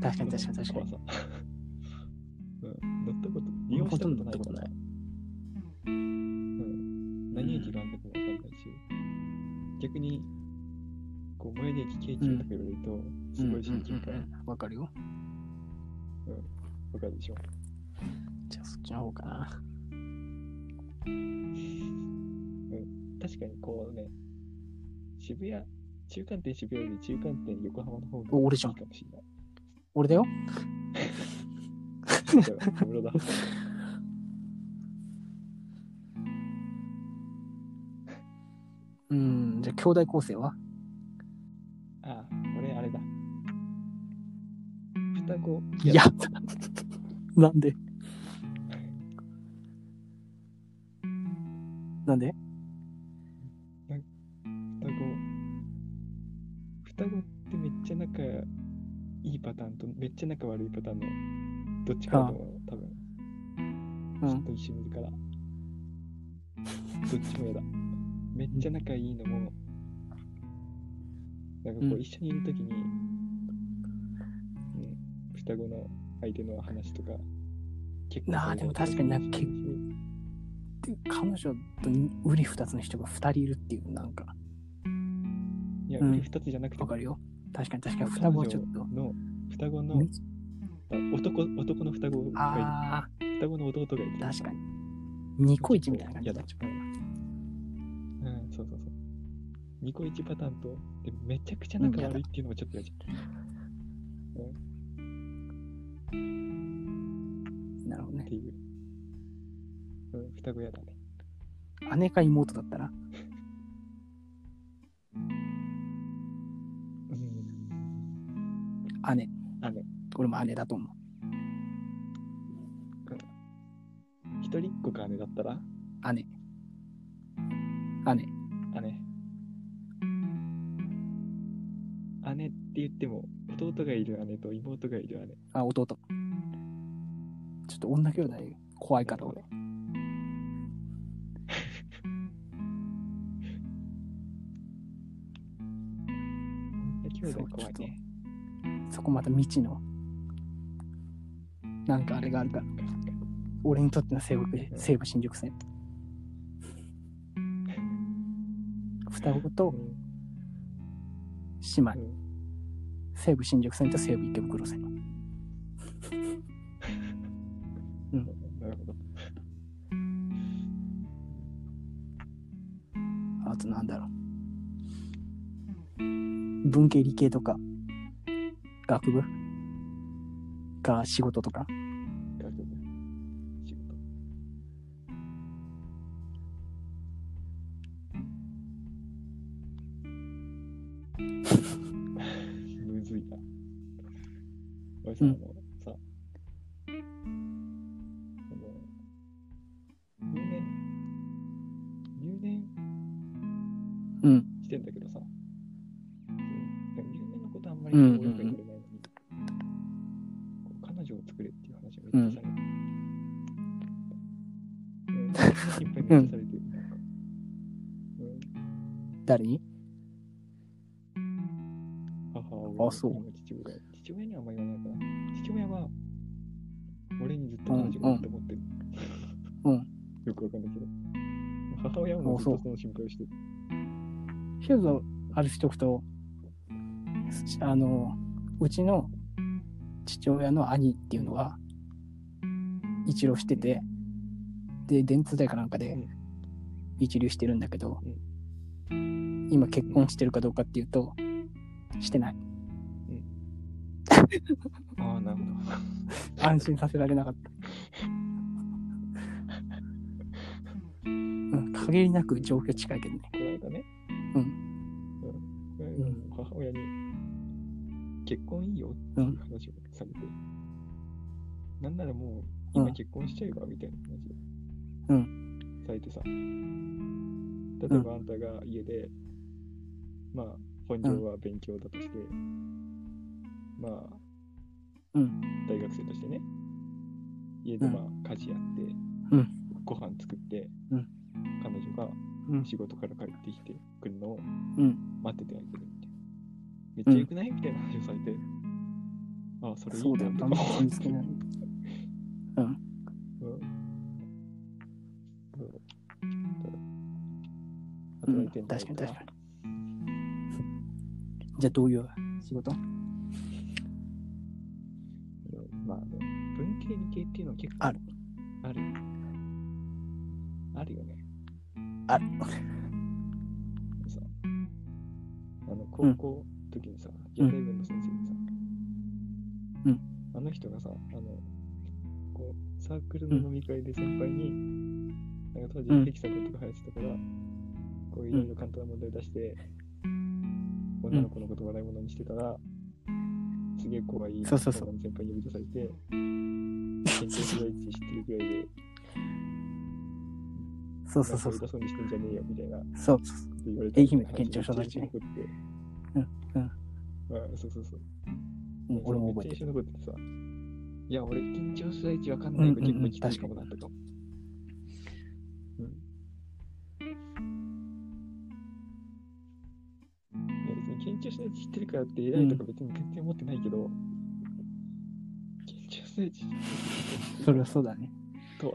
Speaker 1: 確かに確かに確かに。
Speaker 2: に。 うん、乗ったこと、利用したこ
Speaker 1: ほとんど
Speaker 2: とない
Speaker 1: 乗ったこと
Speaker 2: から
Speaker 1: ない。
Speaker 2: うん、何駅があんだかもわかんないし、逆に、こう、最寄り駅京急とか言われると、すごい親近感
Speaker 1: うんうんうんわかるよ。
Speaker 2: わかるでしょ。
Speaker 1: じゃあそっちの方かな。
Speaker 2: 確かにこうね、渋谷、中間点渋谷より中間点横浜の方が
Speaker 1: お俺
Speaker 2: いい
Speaker 1: じゃ
Speaker 2: か
Speaker 1: ん
Speaker 2: もしれない。
Speaker 1: 俺だよ。
Speaker 2: だから小室だ。
Speaker 1: うん。じゃあ兄弟構成は
Speaker 2: ああ、俺あれだ。双子。
Speaker 1: いや。 なんでなんで
Speaker 2: 双子。双子ってめっちゃ仲いいパターンとめっちゃ仲悪いパターンのどっちかだと思う。多分
Speaker 1: う
Speaker 2: ずっ
Speaker 1: ん。
Speaker 2: と一緒にいるから。どっちもやだ。めっちゃ仲いいのも、なんかこ
Speaker 1: う
Speaker 2: うん一緒にいるときに、うん双子の相手の話とか、結
Speaker 1: なあでも確かにな
Speaker 2: 結構
Speaker 1: で彼女とうり二つの人が二人いるっていう、なんか、
Speaker 2: いや、
Speaker 1: うん
Speaker 2: 俺二つじゃなくて
Speaker 1: わ、かるよ。確かに確かに双子はちょっと。
Speaker 2: の双子の男男の双子が
Speaker 1: あ
Speaker 2: いる。双子の弟がいる
Speaker 1: あ、。確かに。ニコイチみたいな感じだ
Speaker 2: やだ。うん、そうそうそう。ニコイチパターンと、でめちゃくちゃ仲悪いっていうのもちょっとやっちゃった。
Speaker 1: なるほど
Speaker 2: っ
Speaker 1: ね。
Speaker 2: ていう。うん、双子やだね。
Speaker 1: 姉か妹だったら
Speaker 2: うん。
Speaker 1: 姉。
Speaker 2: 姉。
Speaker 1: 俺も姉だと思
Speaker 2: 一人っ子か姉だったら
Speaker 1: う。姉。姉。
Speaker 2: 姉。姉って言っても、弟がいる姉と妹がいる姉。
Speaker 1: あ、弟。ちょっと女兄弟怖いから俺。
Speaker 2: 兄弟怖い
Speaker 1: そうちょ
Speaker 2: ね。
Speaker 1: そこまた未知の。なんかあれがあるから。俺にとっての西武西武新宿線。双子と
Speaker 2: うん
Speaker 1: 姉妹
Speaker 2: う。ん
Speaker 1: 西武新宿線と西武池袋線。
Speaker 2: なるほど。
Speaker 1: あとなんだろう。文系理系とか、学部か仕事とか。
Speaker 2: 学部仕事。むずいな。俺さ、
Speaker 1: うん
Speaker 2: あの、さ、あの、留年、留年
Speaker 1: うん。
Speaker 2: してんだけどさ、留年のことあんまり
Speaker 1: うんうんうん
Speaker 2: 俺が言われないのに、こう彼女を作れっていう話をめっちゃされて、うん、心配めっちゃされてる。なんか
Speaker 1: 誰に
Speaker 2: うん、母親、
Speaker 1: あそう
Speaker 2: 今父親、父親にはあんま言わないから、父親は俺にずっと彼女がいると思ってる。
Speaker 1: うんうん。
Speaker 2: よくわかんないけど。母親もずっとその心配をしてる。
Speaker 1: ヒューズあるしておくと、あの、うちの父親の兄っていうのは、一浪してて、で、電通大かなんかで
Speaker 2: うん
Speaker 1: 一流してるんだけど、今結婚してるかどうかっていうと、してない。
Speaker 2: ああ、なるほど。
Speaker 1: 安心 させられなかった。うん、限りなく状況近いけどね。
Speaker 2: この間ね。
Speaker 1: うん
Speaker 2: うん。うん
Speaker 1: うん
Speaker 2: 母親に、結婚いいよって
Speaker 1: う
Speaker 2: い
Speaker 1: ん
Speaker 2: う話をされて、なんならもう、
Speaker 1: うん
Speaker 2: 今結婚しちゃえばみたいな
Speaker 1: う
Speaker 2: 話をされてさ、例えばあんたが家で、まあ、本業は勉強だとして、まあ、
Speaker 1: うん。
Speaker 2: 大学生としてね、家で
Speaker 1: うん
Speaker 2: まあ、家事やって、
Speaker 1: うん
Speaker 2: ご飯作って、
Speaker 1: うん
Speaker 2: 彼女が
Speaker 1: うん。
Speaker 2: 仕事から帰ってきてくるのを
Speaker 1: うん
Speaker 2: 待っててあげるみたいな。めっちゃ良くないみたいな話をされて、ああ、それいい
Speaker 1: そうだよ。あ
Speaker 2: なと
Speaker 1: ん
Speaker 2: か
Speaker 1: ま
Speaker 2: 思
Speaker 1: 気につけない。
Speaker 2: うんそう働いてんだ
Speaker 1: 確かに
Speaker 2: と
Speaker 1: 確かに。 じゃあどういう仕事
Speaker 2: うんまあ、文系理系っていうのは結構
Speaker 1: ある。
Speaker 2: ある。あるよね。
Speaker 1: ある。
Speaker 2: さ、あの、高校の時にさ、野球部の先生にさ、
Speaker 1: うん
Speaker 2: あの人がさ、あの、こう、サークルの飲み会で先輩に、なんか当時
Speaker 1: うん、
Speaker 2: ヘキサゴンとか流行ってたから、こう、いろいろ簡単な問題出して、女の子のこと笑い物にしてたら、すげえ怖い、
Speaker 1: そうそうそう
Speaker 2: 女の先輩に呼び出されて、研 究室が一致してるぐらいで、
Speaker 1: そうそうそう
Speaker 2: なん
Speaker 1: そ
Speaker 2: か
Speaker 1: う。
Speaker 2: 痛そうにしてんじゃねえよみたいな。
Speaker 1: そうそうそう。
Speaker 2: って言われ
Speaker 1: 愛媛の県庁所在地
Speaker 2: めっ
Speaker 1: ね
Speaker 2: ちゃ怒って
Speaker 1: うんうん
Speaker 2: あそうそうそう。
Speaker 1: うん俺も覚え
Speaker 2: めっち
Speaker 1: てる。
Speaker 2: ゃ一緒のことってさ。いや、俺、緊張所在地わかんないから
Speaker 1: うんうんうん
Speaker 2: 結構きついかもだったかも。うん。いや、別に緊張所在地知ってるからって偉いとか別に全然思ってないけど、緊張所在地知ってる
Speaker 1: それはそうだね。
Speaker 2: とは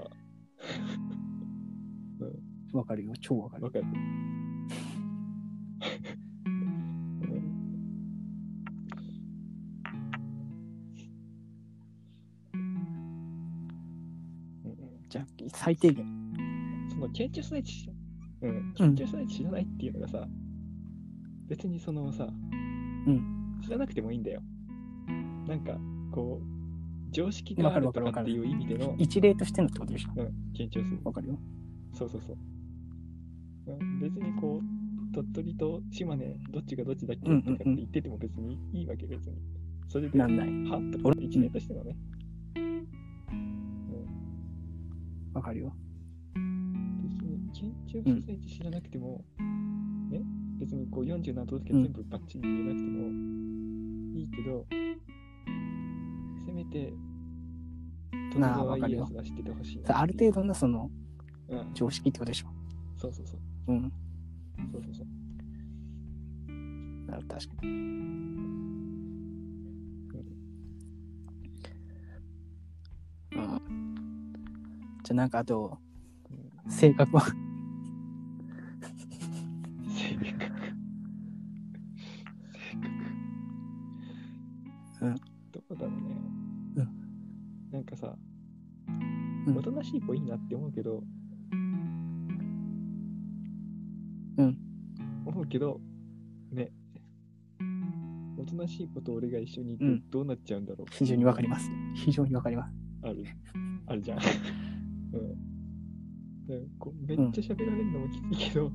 Speaker 1: わかるよ。超わかる。
Speaker 2: わかる。
Speaker 1: じゃあ最低限。
Speaker 2: その研究所在地知らう
Speaker 1: う
Speaker 2: ん、研
Speaker 1: ん
Speaker 2: 究所在地知らないっていうのがさ、別にそのさ、
Speaker 1: ん
Speaker 2: 知らなくてもいいんだよ。なんか、こう、常識
Speaker 1: わ
Speaker 2: が
Speaker 1: か
Speaker 2: あ
Speaker 1: る
Speaker 2: る
Speaker 1: わか
Speaker 2: と
Speaker 1: るわ
Speaker 2: か
Speaker 1: か
Speaker 2: って
Speaker 1: る
Speaker 2: いう意味での、
Speaker 1: 一例としてのってことでしょ。
Speaker 2: うん、緊張する。
Speaker 1: わかるよ。
Speaker 2: そうそうそう。うん別にこう、鳥取と島根、どっちがどっちだっけ
Speaker 1: うんうんうん
Speaker 2: とかって言ってても別にいいわけ、別に。それで、
Speaker 1: な
Speaker 2: は
Speaker 1: んない。
Speaker 2: っとか一年としてのね。
Speaker 1: わかるよ。
Speaker 2: 別に緊張所在地知らなくても、ね、別にこう47都道府県全部バッチリ言えなくてもいいけど、せめて、徳
Speaker 1: なあ
Speaker 2: 川
Speaker 1: わか
Speaker 2: 家
Speaker 1: るよ
Speaker 2: 康は知っててほしい
Speaker 1: さあある程
Speaker 2: 度、
Speaker 1: 度のその
Speaker 2: うん。
Speaker 1: 常識ってことでしょ。
Speaker 2: そうそうそう。
Speaker 1: うん。
Speaker 2: そうそうそう。
Speaker 1: なる確かに。うん。じゃあなんかあと、性格は。
Speaker 2: うん性格。性格。
Speaker 1: うん
Speaker 2: どうだろうね。
Speaker 1: う
Speaker 2: なんかさ、
Speaker 1: うん
Speaker 2: おとなしい子いいなって思うけど、
Speaker 1: うん。
Speaker 2: 思うけど、ね。おとなしい子と俺が一緒にいて
Speaker 1: うん
Speaker 2: どうなっちゃうんだろう。
Speaker 1: 非常にわかります。非常にわかります。
Speaker 2: ある、ある じゃん。うん。でこうめっちゃ喋られるのもきついけど、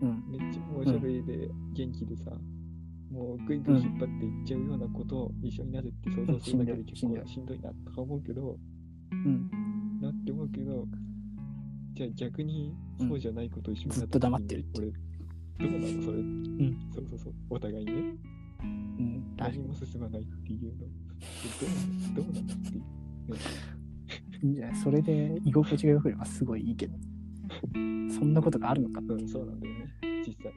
Speaker 1: うん。
Speaker 2: めっちゃもうおしゃべりで元気でさ、もうぐいぐい引っ張っていっちゃうようなことを一緒になるって想像するだけで
Speaker 1: うん
Speaker 2: 結
Speaker 1: しんどい
Speaker 2: 構しんどいなとか思うけど、
Speaker 1: うん。
Speaker 2: なって思うけど、じゃあ逆にそうじゃないことを一緒にな
Speaker 1: ずっと黙ってるっ。
Speaker 2: ってて。俺、どうなのそれ。うんそうそうそう。お互いにね、
Speaker 1: うん。確
Speaker 2: 何
Speaker 1: かに
Speaker 2: も進まないっていうの。どうなのどうなのっていう。
Speaker 1: いいんじゃないそれで居心地が良ければすごいいいけど。そんなことがあるのか。
Speaker 2: うん、そうなんだよね、実際。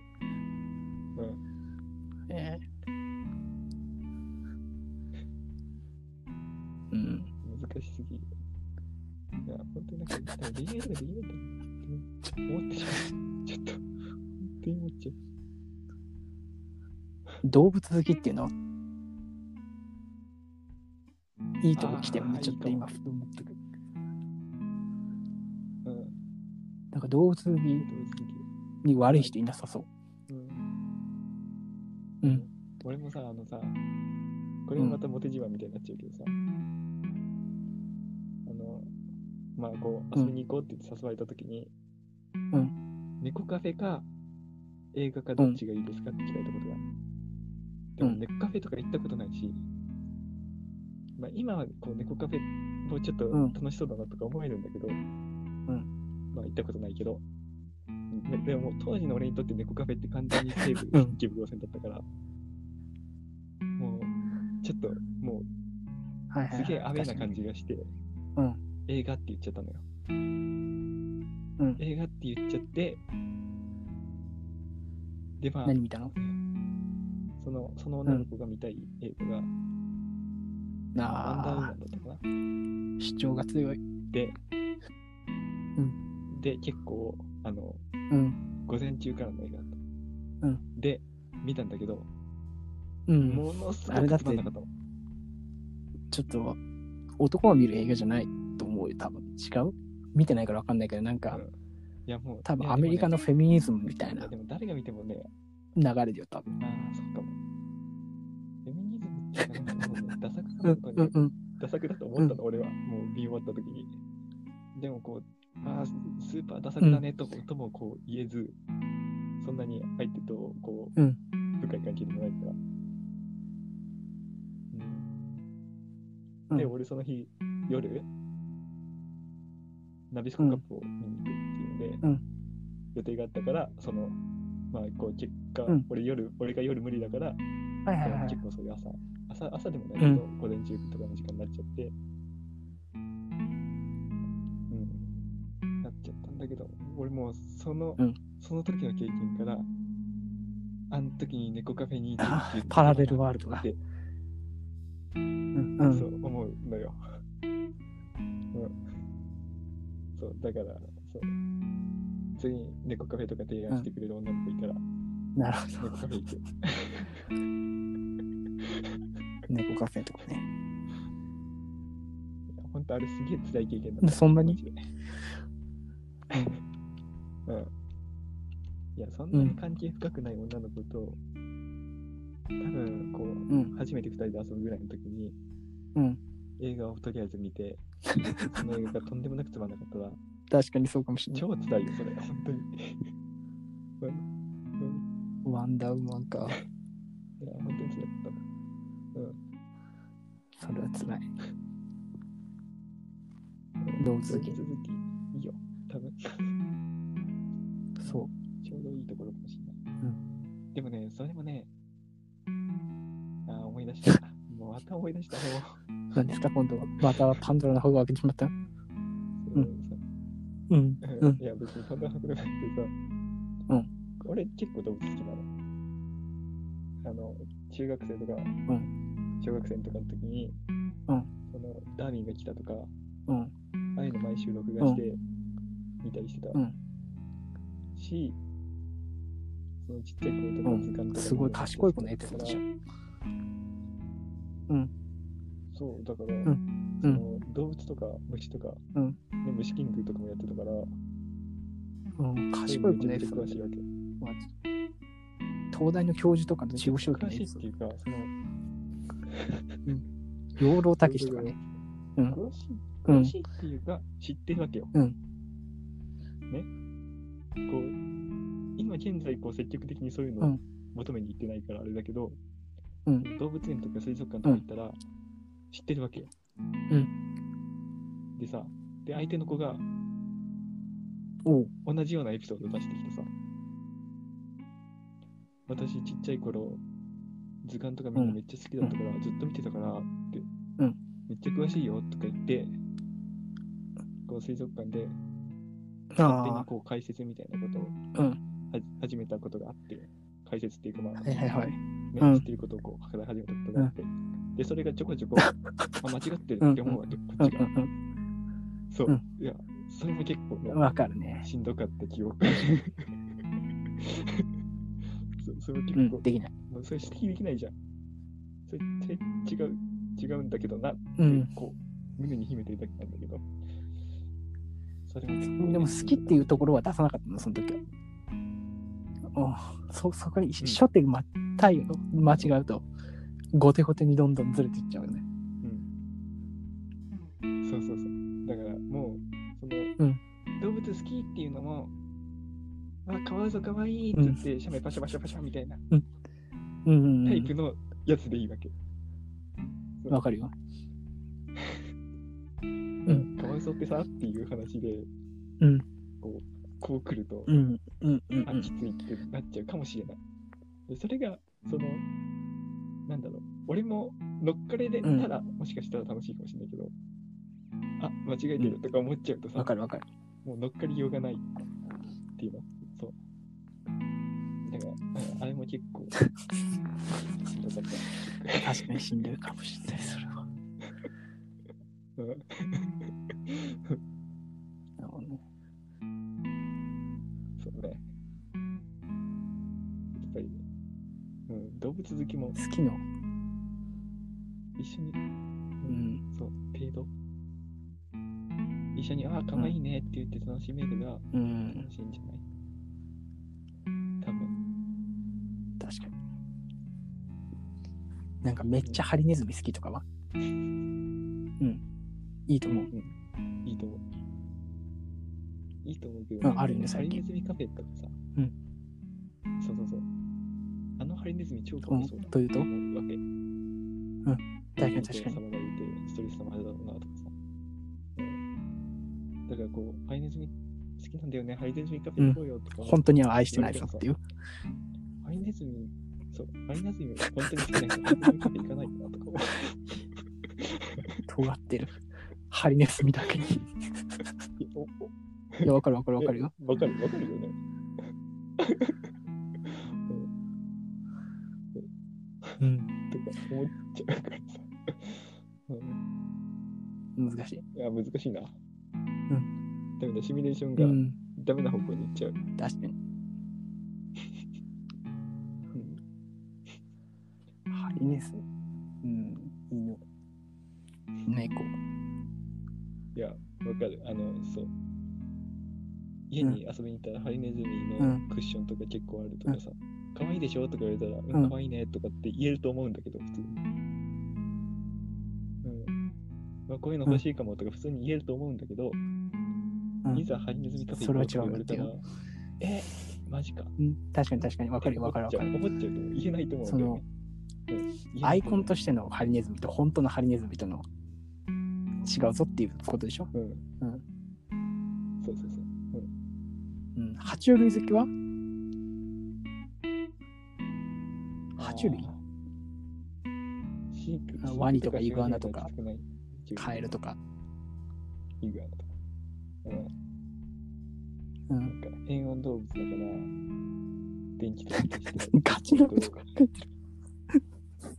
Speaker 2: うん、
Speaker 1: えうん。
Speaker 2: 難しすぎる。いや、本当になんか、恋愛とかできないんだなって 思ってしまう。ちょっと、本当に思っちゃう。
Speaker 1: 動物好きっていうのはいいとこ来てる
Speaker 2: あ
Speaker 1: ね。
Speaker 2: ー
Speaker 1: ちょっと今、
Speaker 2: い
Speaker 1: ふと思ったけど。
Speaker 2: うん、ど
Speaker 1: なんか動物好き
Speaker 2: うすぎ
Speaker 1: に悪い人いなさそう。
Speaker 2: る。うん、
Speaker 1: うん。
Speaker 2: 俺もさ、あのさ、これもまたモテ自慢みたいになっちゃうけどさ、あの、まあ、こう、遊びに行こうって言って誘われたときに、
Speaker 1: うん
Speaker 2: 猫カフェか映画かどっちがいいですかって聞かれたことがある。でも
Speaker 1: うん
Speaker 2: 猫カフェとか行ったことないし、まあ、今はこう猫カフェもうちょっと
Speaker 1: うん
Speaker 2: 楽しそうだなとか思えるんだけど、まあ行ったことないけど、ででも当時の俺にとって猫カフェって完全に西武
Speaker 1: うん
Speaker 2: 筆記部合戦だったから、もうちょっとも
Speaker 1: はいはいうはい。
Speaker 2: すげえアウェーな感
Speaker 1: じ。
Speaker 2: じがして、
Speaker 1: うん
Speaker 2: 映画って言っちゃったのよ。
Speaker 1: うん。
Speaker 2: 映画って言っちゃって、で、まあ、
Speaker 1: 何見たの
Speaker 2: そのその女の子が見たい映画が、アンダーウーマ
Speaker 1: ああ
Speaker 2: ンだったかな。
Speaker 1: ー、主張が強い。
Speaker 2: で、
Speaker 1: ん
Speaker 2: で、結構、あの、
Speaker 1: うん。
Speaker 2: 午前中からの映画だった。
Speaker 1: うん
Speaker 2: で、見たんだけど、
Speaker 1: うん。
Speaker 2: ものす
Speaker 1: あ
Speaker 2: ご
Speaker 1: れだ
Speaker 2: く
Speaker 1: っ
Speaker 2: つ
Speaker 1: て
Speaker 2: まんなかったの。
Speaker 1: ちょっと、男が見る映画じゃないと思うよ、多分。違う見てないからわかんないけど、なんか
Speaker 2: うん、いや、もう、
Speaker 1: 多
Speaker 2: い
Speaker 1: 分
Speaker 2: や
Speaker 1: アメリカの
Speaker 2: でもね
Speaker 1: フェミニズムみたいない
Speaker 2: やでも誰が見てもね、
Speaker 1: 流れだよ、多分。
Speaker 2: ああ、そうかも。フェミニズムっていうか、なんかもうね、ダサく
Speaker 1: う
Speaker 2: なんか
Speaker 1: うんうん。
Speaker 2: ダサくだと思ったの、俺は。もう見終わった時に。でもこう、ああ、スーパーダサくだねと,、ともこう言えず、そんなに相手とこう、
Speaker 1: うん
Speaker 2: 深い関係でもないから。
Speaker 1: う
Speaker 2: うんん、で、俺その日、夜、ナビスコカップを見に行くっていうので、
Speaker 1: うん
Speaker 2: 予定があったから、その、まあ、こう、結果、
Speaker 1: うん
Speaker 2: 俺夜、俺が夜無理だから、
Speaker 1: はいはい
Speaker 2: で
Speaker 1: は
Speaker 2: も
Speaker 1: い
Speaker 2: 結。構そういう朝、朝朝でもないけど、午前中とかの時間になっちゃって、うん、なっちゃったんだけど、俺もうその、
Speaker 1: うん
Speaker 2: その時の経験から、あの時に猫カフェに行
Speaker 1: あーパラレルワールド
Speaker 2: っ
Speaker 1: が。
Speaker 2: て、
Speaker 1: うんう
Speaker 2: そ
Speaker 1: ん。
Speaker 2: う思うのよ。うん、そう、だから、そう。次に猫カフェとか提案してくれる女の子いたら、
Speaker 1: なるほ
Speaker 2: 猫カフェ行く。
Speaker 1: ど。猫カフェとかね。
Speaker 2: 本当あれすげえ辛い経験だった。
Speaker 1: そんなに
Speaker 2: マジでうん。いや、そんなに関係深くない女の子と、多分、こ
Speaker 1: う
Speaker 2: う、
Speaker 1: ん
Speaker 2: 初めて二人で遊ぶぐらいの時に、
Speaker 1: うん。
Speaker 2: 映画をとりあえず見て、その映画がとんでもなくつまんなかったら、
Speaker 1: 確かにそうかもしれない。
Speaker 2: 超辛いよ、それ、本当に。 うんうん
Speaker 1: ワンダーウーマンか。
Speaker 2: いや、本当に辛かった。
Speaker 1: それは辛い。どう続け
Speaker 2: 続き、いいよ、多分。
Speaker 1: そう。
Speaker 2: ちょうどいいところかもしれない。
Speaker 1: う
Speaker 2: でもね、それもね、あー思い出 した。もうまた思い出した。も
Speaker 1: 何ですか今度は。またパンドラの箱が開けてしまった。
Speaker 2: う
Speaker 1: ううん。
Speaker 2: うんんいや、別にそんなことないけどさ。
Speaker 1: うん
Speaker 2: 俺結構動物好きなの。あの、中学生とか、小学生とかの時に、
Speaker 1: うん
Speaker 2: そのダーウィンが来たとか、
Speaker 1: うん。
Speaker 2: ああいうの毎週録画して見たりしてた、
Speaker 1: うん
Speaker 2: し、そのちっちゃい子と
Speaker 1: う
Speaker 2: か
Speaker 1: ん
Speaker 2: 図鑑とか、
Speaker 1: すごい賢い子のエピソードじゃん。うん。
Speaker 2: そう、だから、
Speaker 1: ん
Speaker 2: その動物とか虫とか、
Speaker 1: うん
Speaker 2: ね、虫キングとかもやってたから、
Speaker 1: うん。賢い子のエ
Speaker 2: めち
Speaker 1: ピソ
Speaker 2: ゃく
Speaker 1: ー
Speaker 2: ちゃ
Speaker 1: ド
Speaker 2: 詳しいわけ。
Speaker 1: 東大の教授とかの地方証券
Speaker 2: 詳
Speaker 1: のエピ
Speaker 2: しいっ
Speaker 1: ソー
Speaker 2: ていうか、その、
Speaker 1: ド。養老たけしとかね。うん。
Speaker 2: 詳しい、
Speaker 1: うん
Speaker 2: 詳しいっていうか、知ってるわけよ。
Speaker 1: うん
Speaker 2: ね。こう、今現在、こう、積極的にそういう
Speaker 1: う
Speaker 2: のを
Speaker 1: ん
Speaker 2: 求めに行ってないから、あれだけど、
Speaker 1: うん
Speaker 2: 動物園とか水族館とか行ったら、知ってるわけよ。
Speaker 1: う
Speaker 2: でさ、で、相手の子が
Speaker 1: おう。
Speaker 2: 同じようなエピソードを出してきてさ、私、ちっちゃい頃、図鑑とか見るのめっちゃ好きだったから、ずっと見てたからって、
Speaker 1: うん
Speaker 2: めっちゃ詳しいよとか言って、こう水族館で勝手に
Speaker 1: あ
Speaker 2: こう解説みたいなことを
Speaker 1: う
Speaker 2: はじ始めたことがあって、解説っていうかまあ、
Speaker 1: あ。はいはいはい。
Speaker 2: ね
Speaker 1: うん
Speaker 2: 知っていうことをこう語り始めたことがあって、で、それがちょこちょこ、あ、間違ってるって思うわけ、こ
Speaker 1: う
Speaker 2: っ
Speaker 1: ん
Speaker 2: ちが。
Speaker 1: うん
Speaker 2: そう
Speaker 1: うん、
Speaker 2: いや、それも結構ね
Speaker 1: うん。わかるね。
Speaker 2: しんどかった記憶。 そそれは結
Speaker 1: うん。
Speaker 2: 構、
Speaker 1: できない。
Speaker 2: もうそれ指摘できないじゃん。それそれ違う、違うんだけどなって、
Speaker 1: うん。
Speaker 2: こう、胸に秘めてるだけなんだけど。それも結構ね
Speaker 1: でも好きっていうところは出さなかったの、その時は。おうそそこに
Speaker 2: うん
Speaker 1: 初手が太陽間違うと、後手後手にどんどんずれていっちゃうよね。
Speaker 2: うんそうそうそう。だからもう、その、
Speaker 1: うん
Speaker 2: 動物好きっていうのも、カワウソかわいいって言って、写メパシャパシャパシャみたいな
Speaker 1: うんうん
Speaker 2: タイプ
Speaker 1: う
Speaker 2: のやつでいいわけ。
Speaker 1: ん。わかるよ。
Speaker 2: カワウソってさっていう話で、
Speaker 1: うん
Speaker 2: こうこう来ると、
Speaker 1: うんうんうん
Speaker 2: あ、きついってなっちゃうかもしれない。でそれが、その、なんだろう、俺も乗っかりで
Speaker 1: うん
Speaker 2: たら、もしかしたら楽しいかもしれないけど、あ、間違えてるとか思っちゃうと
Speaker 1: うん。
Speaker 2: さ、
Speaker 1: わかるわかる。
Speaker 2: もう乗っかりようがないっていうの。そう。だから、うんあれも結 構、しんどかっ
Speaker 1: 確かにしんどいかもしれない、それは。
Speaker 2: た。うん
Speaker 1: なるほどね
Speaker 2: そうね。やっぱり、うん、動物好きも
Speaker 1: 好きの、
Speaker 2: 一緒に、
Speaker 1: うん、
Speaker 2: そう、程度。一緒に、ああ、かわいいねって言って楽しめるが、
Speaker 1: うん
Speaker 2: 楽、しいんじゃない多分。
Speaker 1: 確かに。なんかめっちゃハリネズミ好きとかはうん、いいと思う。
Speaker 2: いいと思う。いいと思うけど、
Speaker 1: うんあるよね
Speaker 2: ハ
Speaker 1: 最
Speaker 2: リ
Speaker 1: 近
Speaker 2: ネズミカフェとかさ。
Speaker 1: うん。
Speaker 2: そうそうそう。あのハリネズミ超か
Speaker 1: う
Speaker 2: わ
Speaker 1: ん
Speaker 2: いそうだ、
Speaker 1: というと、
Speaker 2: 思うわけ。
Speaker 1: 確かに確かに。
Speaker 2: 様がいて、ストレス様だろうなとかさ。うんだからこう、ハリネズミ好きなんだよね、ハリネズミカフェ行こうよとか、
Speaker 1: 本当には愛してないぞっていう。
Speaker 2: ハリネズミ、そう、ハリネズミ本当に好きなんだけど、ハリネズミカフェ行かないかなとか思う。
Speaker 1: 尖ってる。ハリネズミだ けに。い
Speaker 2: いやおお
Speaker 1: や、わかるわかるわかるよ。
Speaker 2: わかるわかるよね。
Speaker 1: うん、
Speaker 2: とか思っちゃうからさ。うん
Speaker 1: 難しい。
Speaker 2: いや、難しいな。うん。ダメだ、シミュレーション
Speaker 1: う
Speaker 2: が
Speaker 1: ん、
Speaker 2: ダメな方向に行っちゃう。
Speaker 1: 確かに。
Speaker 2: うん
Speaker 1: ハリネズミ。うん、犬。猫。
Speaker 2: いや、わかる。あの、そう。家に遊びに行ったらハリネズミ
Speaker 1: う
Speaker 2: の
Speaker 1: ん
Speaker 2: クッションとか結構あるとかさ、可愛いでしょとか言われたら、
Speaker 1: う
Speaker 2: うんん、可愛いねとかって言えると思うんだけど、普通に。うん。まあ、こういうの欲しいかもとか普通に言えると思うんだけど、
Speaker 1: うん
Speaker 2: いざハリネズミカフェ
Speaker 1: それは
Speaker 2: 行こうとか言
Speaker 1: 違
Speaker 2: われたら、え、マジ
Speaker 1: う
Speaker 2: か。
Speaker 1: ん、確かに確かに。わかるよわかるわかる。
Speaker 2: 思っちゃう思っちゃうと言えないと思うんだよね。うん
Speaker 1: アイコンとしてのハリネズミと本当のハリネズミとの違うぞっていうことでしょ、
Speaker 2: うん。う
Speaker 1: うん
Speaker 2: ん。そうそうそう。
Speaker 1: うん、爬虫類好きは爬虫類
Speaker 2: あー飼育
Speaker 1: あワニとかイグアナとか。
Speaker 2: 飼育がない
Speaker 1: カエルとか、
Speaker 2: イグアナとか。
Speaker 1: う、
Speaker 2: うん ん。なんか変温動物だから、電気とか消して
Speaker 1: ガチのこと考えてる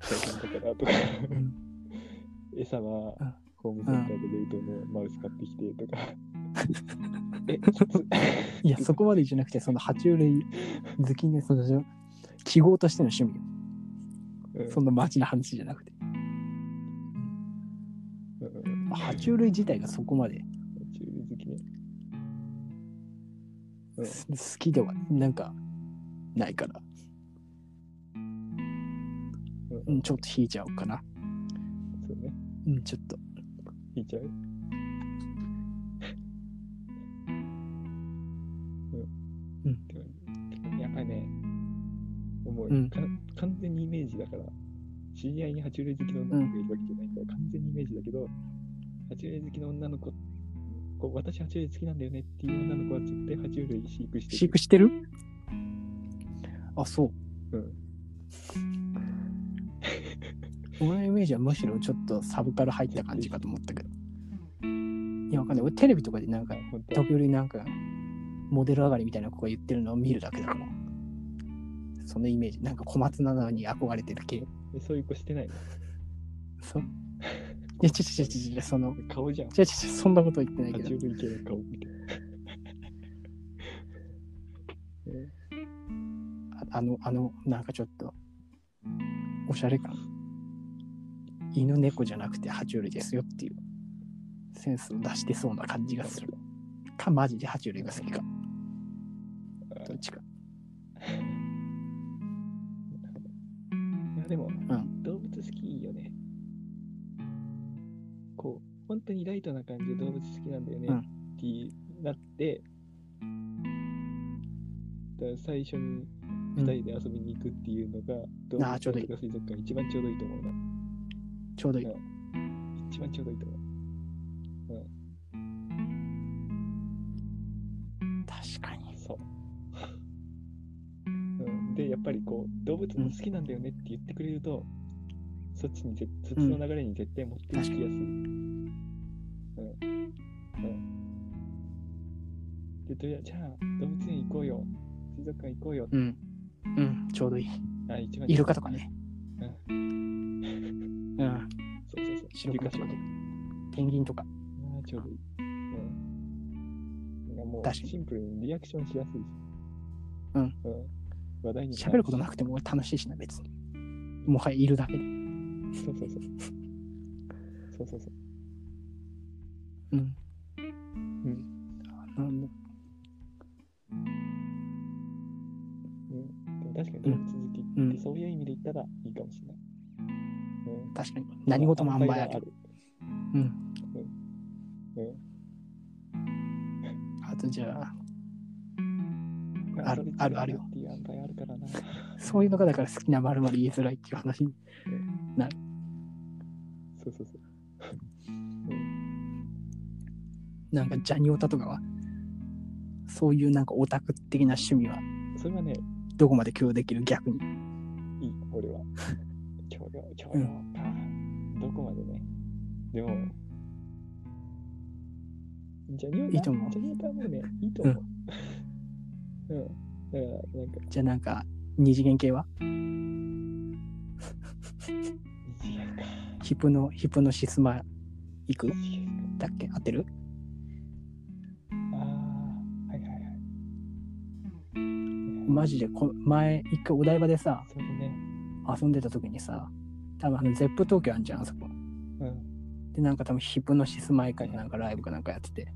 Speaker 2: 大変だからとか。餌は
Speaker 1: うん
Speaker 2: ホームセンターで冷凍のマウス買ってきてとか。 え、きつ
Speaker 1: いやそこまでじゃなくてその爬虫類好きねその記号としての趣味よ
Speaker 2: うん
Speaker 1: そんなマジな話じゃなくて
Speaker 2: うん
Speaker 1: 爬虫類自体がそこまで
Speaker 2: 爬虫類好きね。うん
Speaker 1: す好きではなんかないから、
Speaker 2: う
Speaker 1: うんん、ちょっと引いちゃおうかな
Speaker 2: そうね。
Speaker 1: うんちょっと
Speaker 2: 引いちゃううん
Speaker 1: うん
Speaker 2: でもやっぱりね、もう、
Speaker 1: うん
Speaker 2: か完全にイメージだから、知り合いに爬虫類好きの女の子がいるわけじゃないから、完全にイメージだけど、爬虫類好きの女の子、こう私爬虫類好きなんだよねっていう女の子は絶対爬虫類飼育してる
Speaker 1: 飼育してるあそう、
Speaker 2: うん
Speaker 1: 俺のイメージはむしろちょっとサブから入った感じかと思ったけどいやわかんない俺テレビとかでなんか
Speaker 2: あ本当
Speaker 1: 時折なんかモデル上がりみたいな子が言ってるのを見るだけだからそのイメージなんか小松菜奈に憧れてる系
Speaker 2: えそういう子してないの
Speaker 1: そういやちょちょちょちょその
Speaker 2: 顔じゃん。
Speaker 1: ちょちょちょそんなこと言ってない
Speaker 2: 爬
Speaker 1: けど
Speaker 2: 虫類系の顔みたいな。
Speaker 1: ああの、あの、なんかちょっと、おしゃれ感。犬猫じゃなくて爬虫類ですよっていうセンスを出してそうな感じがする。か、マジで爬虫類が好きか。どっちか。
Speaker 2: いやでも、
Speaker 1: ん
Speaker 2: 動物好きいいよね。こう、本当にライトな感じで動物好きなんだよね
Speaker 1: うん
Speaker 2: ってなって、だから最初に2人で遊びに行くっていうのが、動
Speaker 1: あーちょうどいい
Speaker 2: とか水族館一番ちょうどいいと思うな。
Speaker 1: ちょうどいい。
Speaker 2: 一番ちょうどいいと思う。
Speaker 1: 確かに。
Speaker 2: そう。うん、で、やっぱりこう、動物も好きなんだよねって言ってくれると、そっちにぜ、そっちの流れに絶対持っていきやすい。うん。うん。で、とりあえず、じゃあ、動物園行こうよ。水族館行こうよ。
Speaker 1: うん。うん、ちょうどいい。
Speaker 2: あ、一番
Speaker 1: イルカとかね。うん。
Speaker 2: そうそうそう。
Speaker 1: 白
Speaker 2: イル
Speaker 1: 黒
Speaker 2: カ
Speaker 1: と
Speaker 2: シ
Speaker 1: か
Speaker 2: ョー
Speaker 1: で。ペンギンとか。
Speaker 2: あーちょうどいい。うん。なんかもう
Speaker 1: 確かに
Speaker 2: シンプルにリアクションしやすいし。
Speaker 1: うん
Speaker 2: 話題にもな
Speaker 1: 喋ることなくても楽しいしな、別に。もはやいるだけで。
Speaker 2: そうそうそう。そうそうそう。
Speaker 1: うん。
Speaker 2: うん
Speaker 1: あの。
Speaker 2: うん、でも確かに動物続きって、
Speaker 1: うん
Speaker 2: そういう意味で言ったらいいかもしれない。うん、
Speaker 1: 確かに。何事もあんまりある。
Speaker 2: る。
Speaker 1: うん。
Speaker 2: うん
Speaker 1: あとじゃあ、
Speaker 2: ま
Speaker 1: ある
Speaker 2: それ
Speaker 1: あるあるよ
Speaker 2: 違うなっていう塩梅あるからな。
Speaker 1: そういうのがだから好きな丸々言いづらいっていう話。
Speaker 2: そうそうそう。うん、
Speaker 1: なんかジャニオタとかは、そういうなんかオタク的な趣味は
Speaker 2: それはね、
Speaker 1: どこまで許容できる逆に。
Speaker 2: いい、俺は。 教養、教養か。どこまでね。でも、ジャニオタ
Speaker 1: いいと思う
Speaker 2: ジャニオタはもう ね、いいと思う。うん。だから、なんか、
Speaker 1: じゃあなんか、二次元系は
Speaker 2: 二次元か。
Speaker 1: ヒプノ、ヒプノシスマ行く
Speaker 2: 二次元か。
Speaker 1: だっけ合ってる
Speaker 2: ああ、はいはいはい。
Speaker 1: マジでこ前一回お台場でさ
Speaker 2: それね。
Speaker 1: 遊んでた時にさ多分あのゼップ東京あんじゃんあそこ
Speaker 2: うん。
Speaker 1: でなんか多分ヒプノシスマイかなんかライブかなんかやってて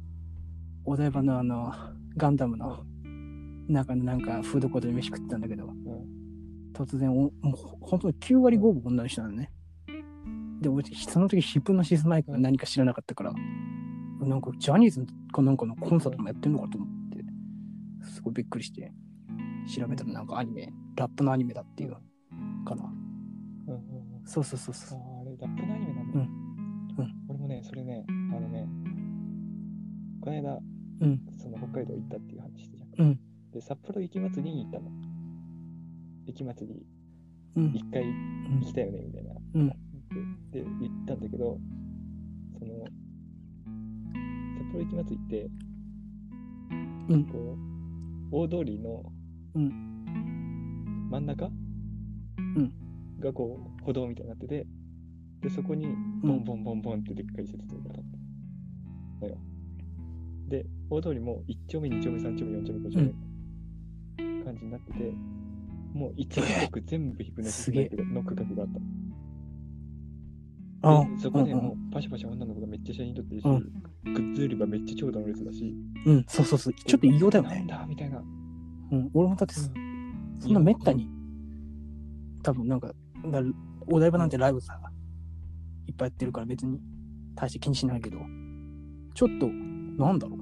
Speaker 1: お台場のあのガンダムの中のなんかフードコートで飯食ってたんだけど
Speaker 2: うん。
Speaker 1: 突然おもうほんとに9割5分女の人なのねで俺その時ヒプノシスマイクが何か知らなかったからなんかジャニーズかなんかのコンサートもやってんのかと思ってすごいびっくりして調べたらなんかアニメラップのアニメだっていうから
Speaker 2: うん。うん。
Speaker 1: そうそうそうそ
Speaker 2: あ
Speaker 1: う
Speaker 2: ーあれ、ラップのアニメなんだ。
Speaker 1: うんうん
Speaker 2: 俺もね、それね、あのね、この間、
Speaker 1: うん
Speaker 2: その北海道行ったっていう話したじゃん。
Speaker 1: うん
Speaker 2: で、札幌雪まつりに行ったの。雪まつり、
Speaker 1: うん
Speaker 2: 一回
Speaker 1: うん
Speaker 2: 来たよね、みたいな。
Speaker 1: うん
Speaker 2: で、で行ったんだけど、その、札幌雪まつりって、
Speaker 1: うん
Speaker 2: こう、大通りの、
Speaker 1: う
Speaker 2: 真ん中、
Speaker 1: ん
Speaker 2: がこう、歩道みたいになってて、で、そこに、ボンボンボンボンってでっかい施設が立ってだよ。で、大通りも1丁目、2丁目、3丁目、4丁目、5丁目感じになってて、もう一区画全部ヒプノシスマイクの区画があった。
Speaker 1: あ
Speaker 2: でそこでも
Speaker 1: う
Speaker 2: うパシャパシャ女の子がめっちゃ写真撮ってるし、
Speaker 1: う
Speaker 2: グッズ売り場めっちゃ長蛇の列だし、
Speaker 1: んうんそうそうそうちょっと異様だよ
Speaker 2: なん
Speaker 1: ね
Speaker 2: だみたいな。
Speaker 1: うん俺もだってそ
Speaker 2: うん
Speaker 1: そんなめったに多分なんかだお台場なんてライブさいっぱいやってるから別に大して気にしないけどちょっとなんだろう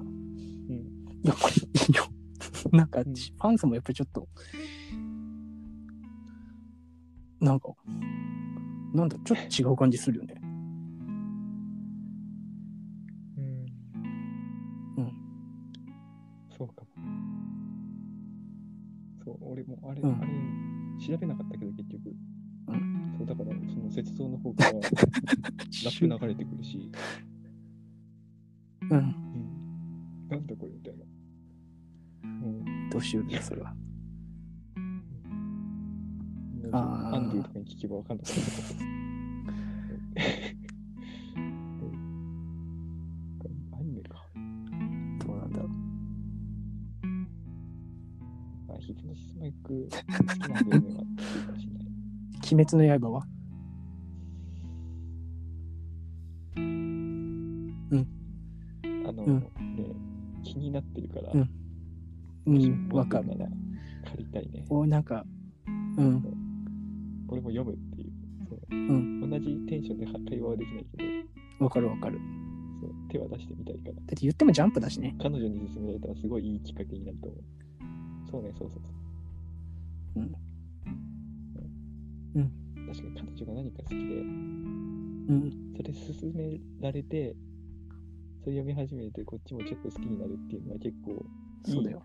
Speaker 1: やっぱりいいよ なんか、
Speaker 2: うん
Speaker 1: ファン層もやっぱりちょっとなんかなんだちょっと違う感じす るよね
Speaker 2: うん。
Speaker 1: うん
Speaker 2: そうかも。そう、俺もあれ、
Speaker 1: うん
Speaker 2: あれ、調べなかったけど、結局。
Speaker 1: う
Speaker 2: そう、だから、その雪像の方 からラップ流れてくるし、
Speaker 1: うん
Speaker 2: うん、なんだこれみたいな。うん
Speaker 1: どうしようねそれはあー
Speaker 2: アンディとかに聞けばわかんなかった。うんアニメか。
Speaker 1: どうなんだろう
Speaker 2: あ、ヒプノシスマイク好きなん だよね、はっていうかもしれない。
Speaker 1: 鬼滅の刃は
Speaker 2: あの、
Speaker 1: うん
Speaker 2: ね、気になってるから、
Speaker 1: うんうんわか
Speaker 2: も
Speaker 1: る
Speaker 2: し持ってなら借りたいね。
Speaker 1: おなんかうん
Speaker 2: 俺も読むっていう。そう
Speaker 1: うん
Speaker 2: 同じテンションでは会話はできないけど、
Speaker 1: わかるわかる
Speaker 2: そう手は出してみたいから。
Speaker 1: だって言ってもジャンプだしね
Speaker 2: 彼女に勧められたらすごいいいきっかけになると思う。そうね、そうそうそう。
Speaker 1: うん
Speaker 2: う。
Speaker 1: うん
Speaker 2: 確かに彼女が何か好きで、
Speaker 1: うん、
Speaker 2: それ勧められて、それ読み始めて、こっちもちょっと好きになるっていうのは結構
Speaker 1: そうだよ。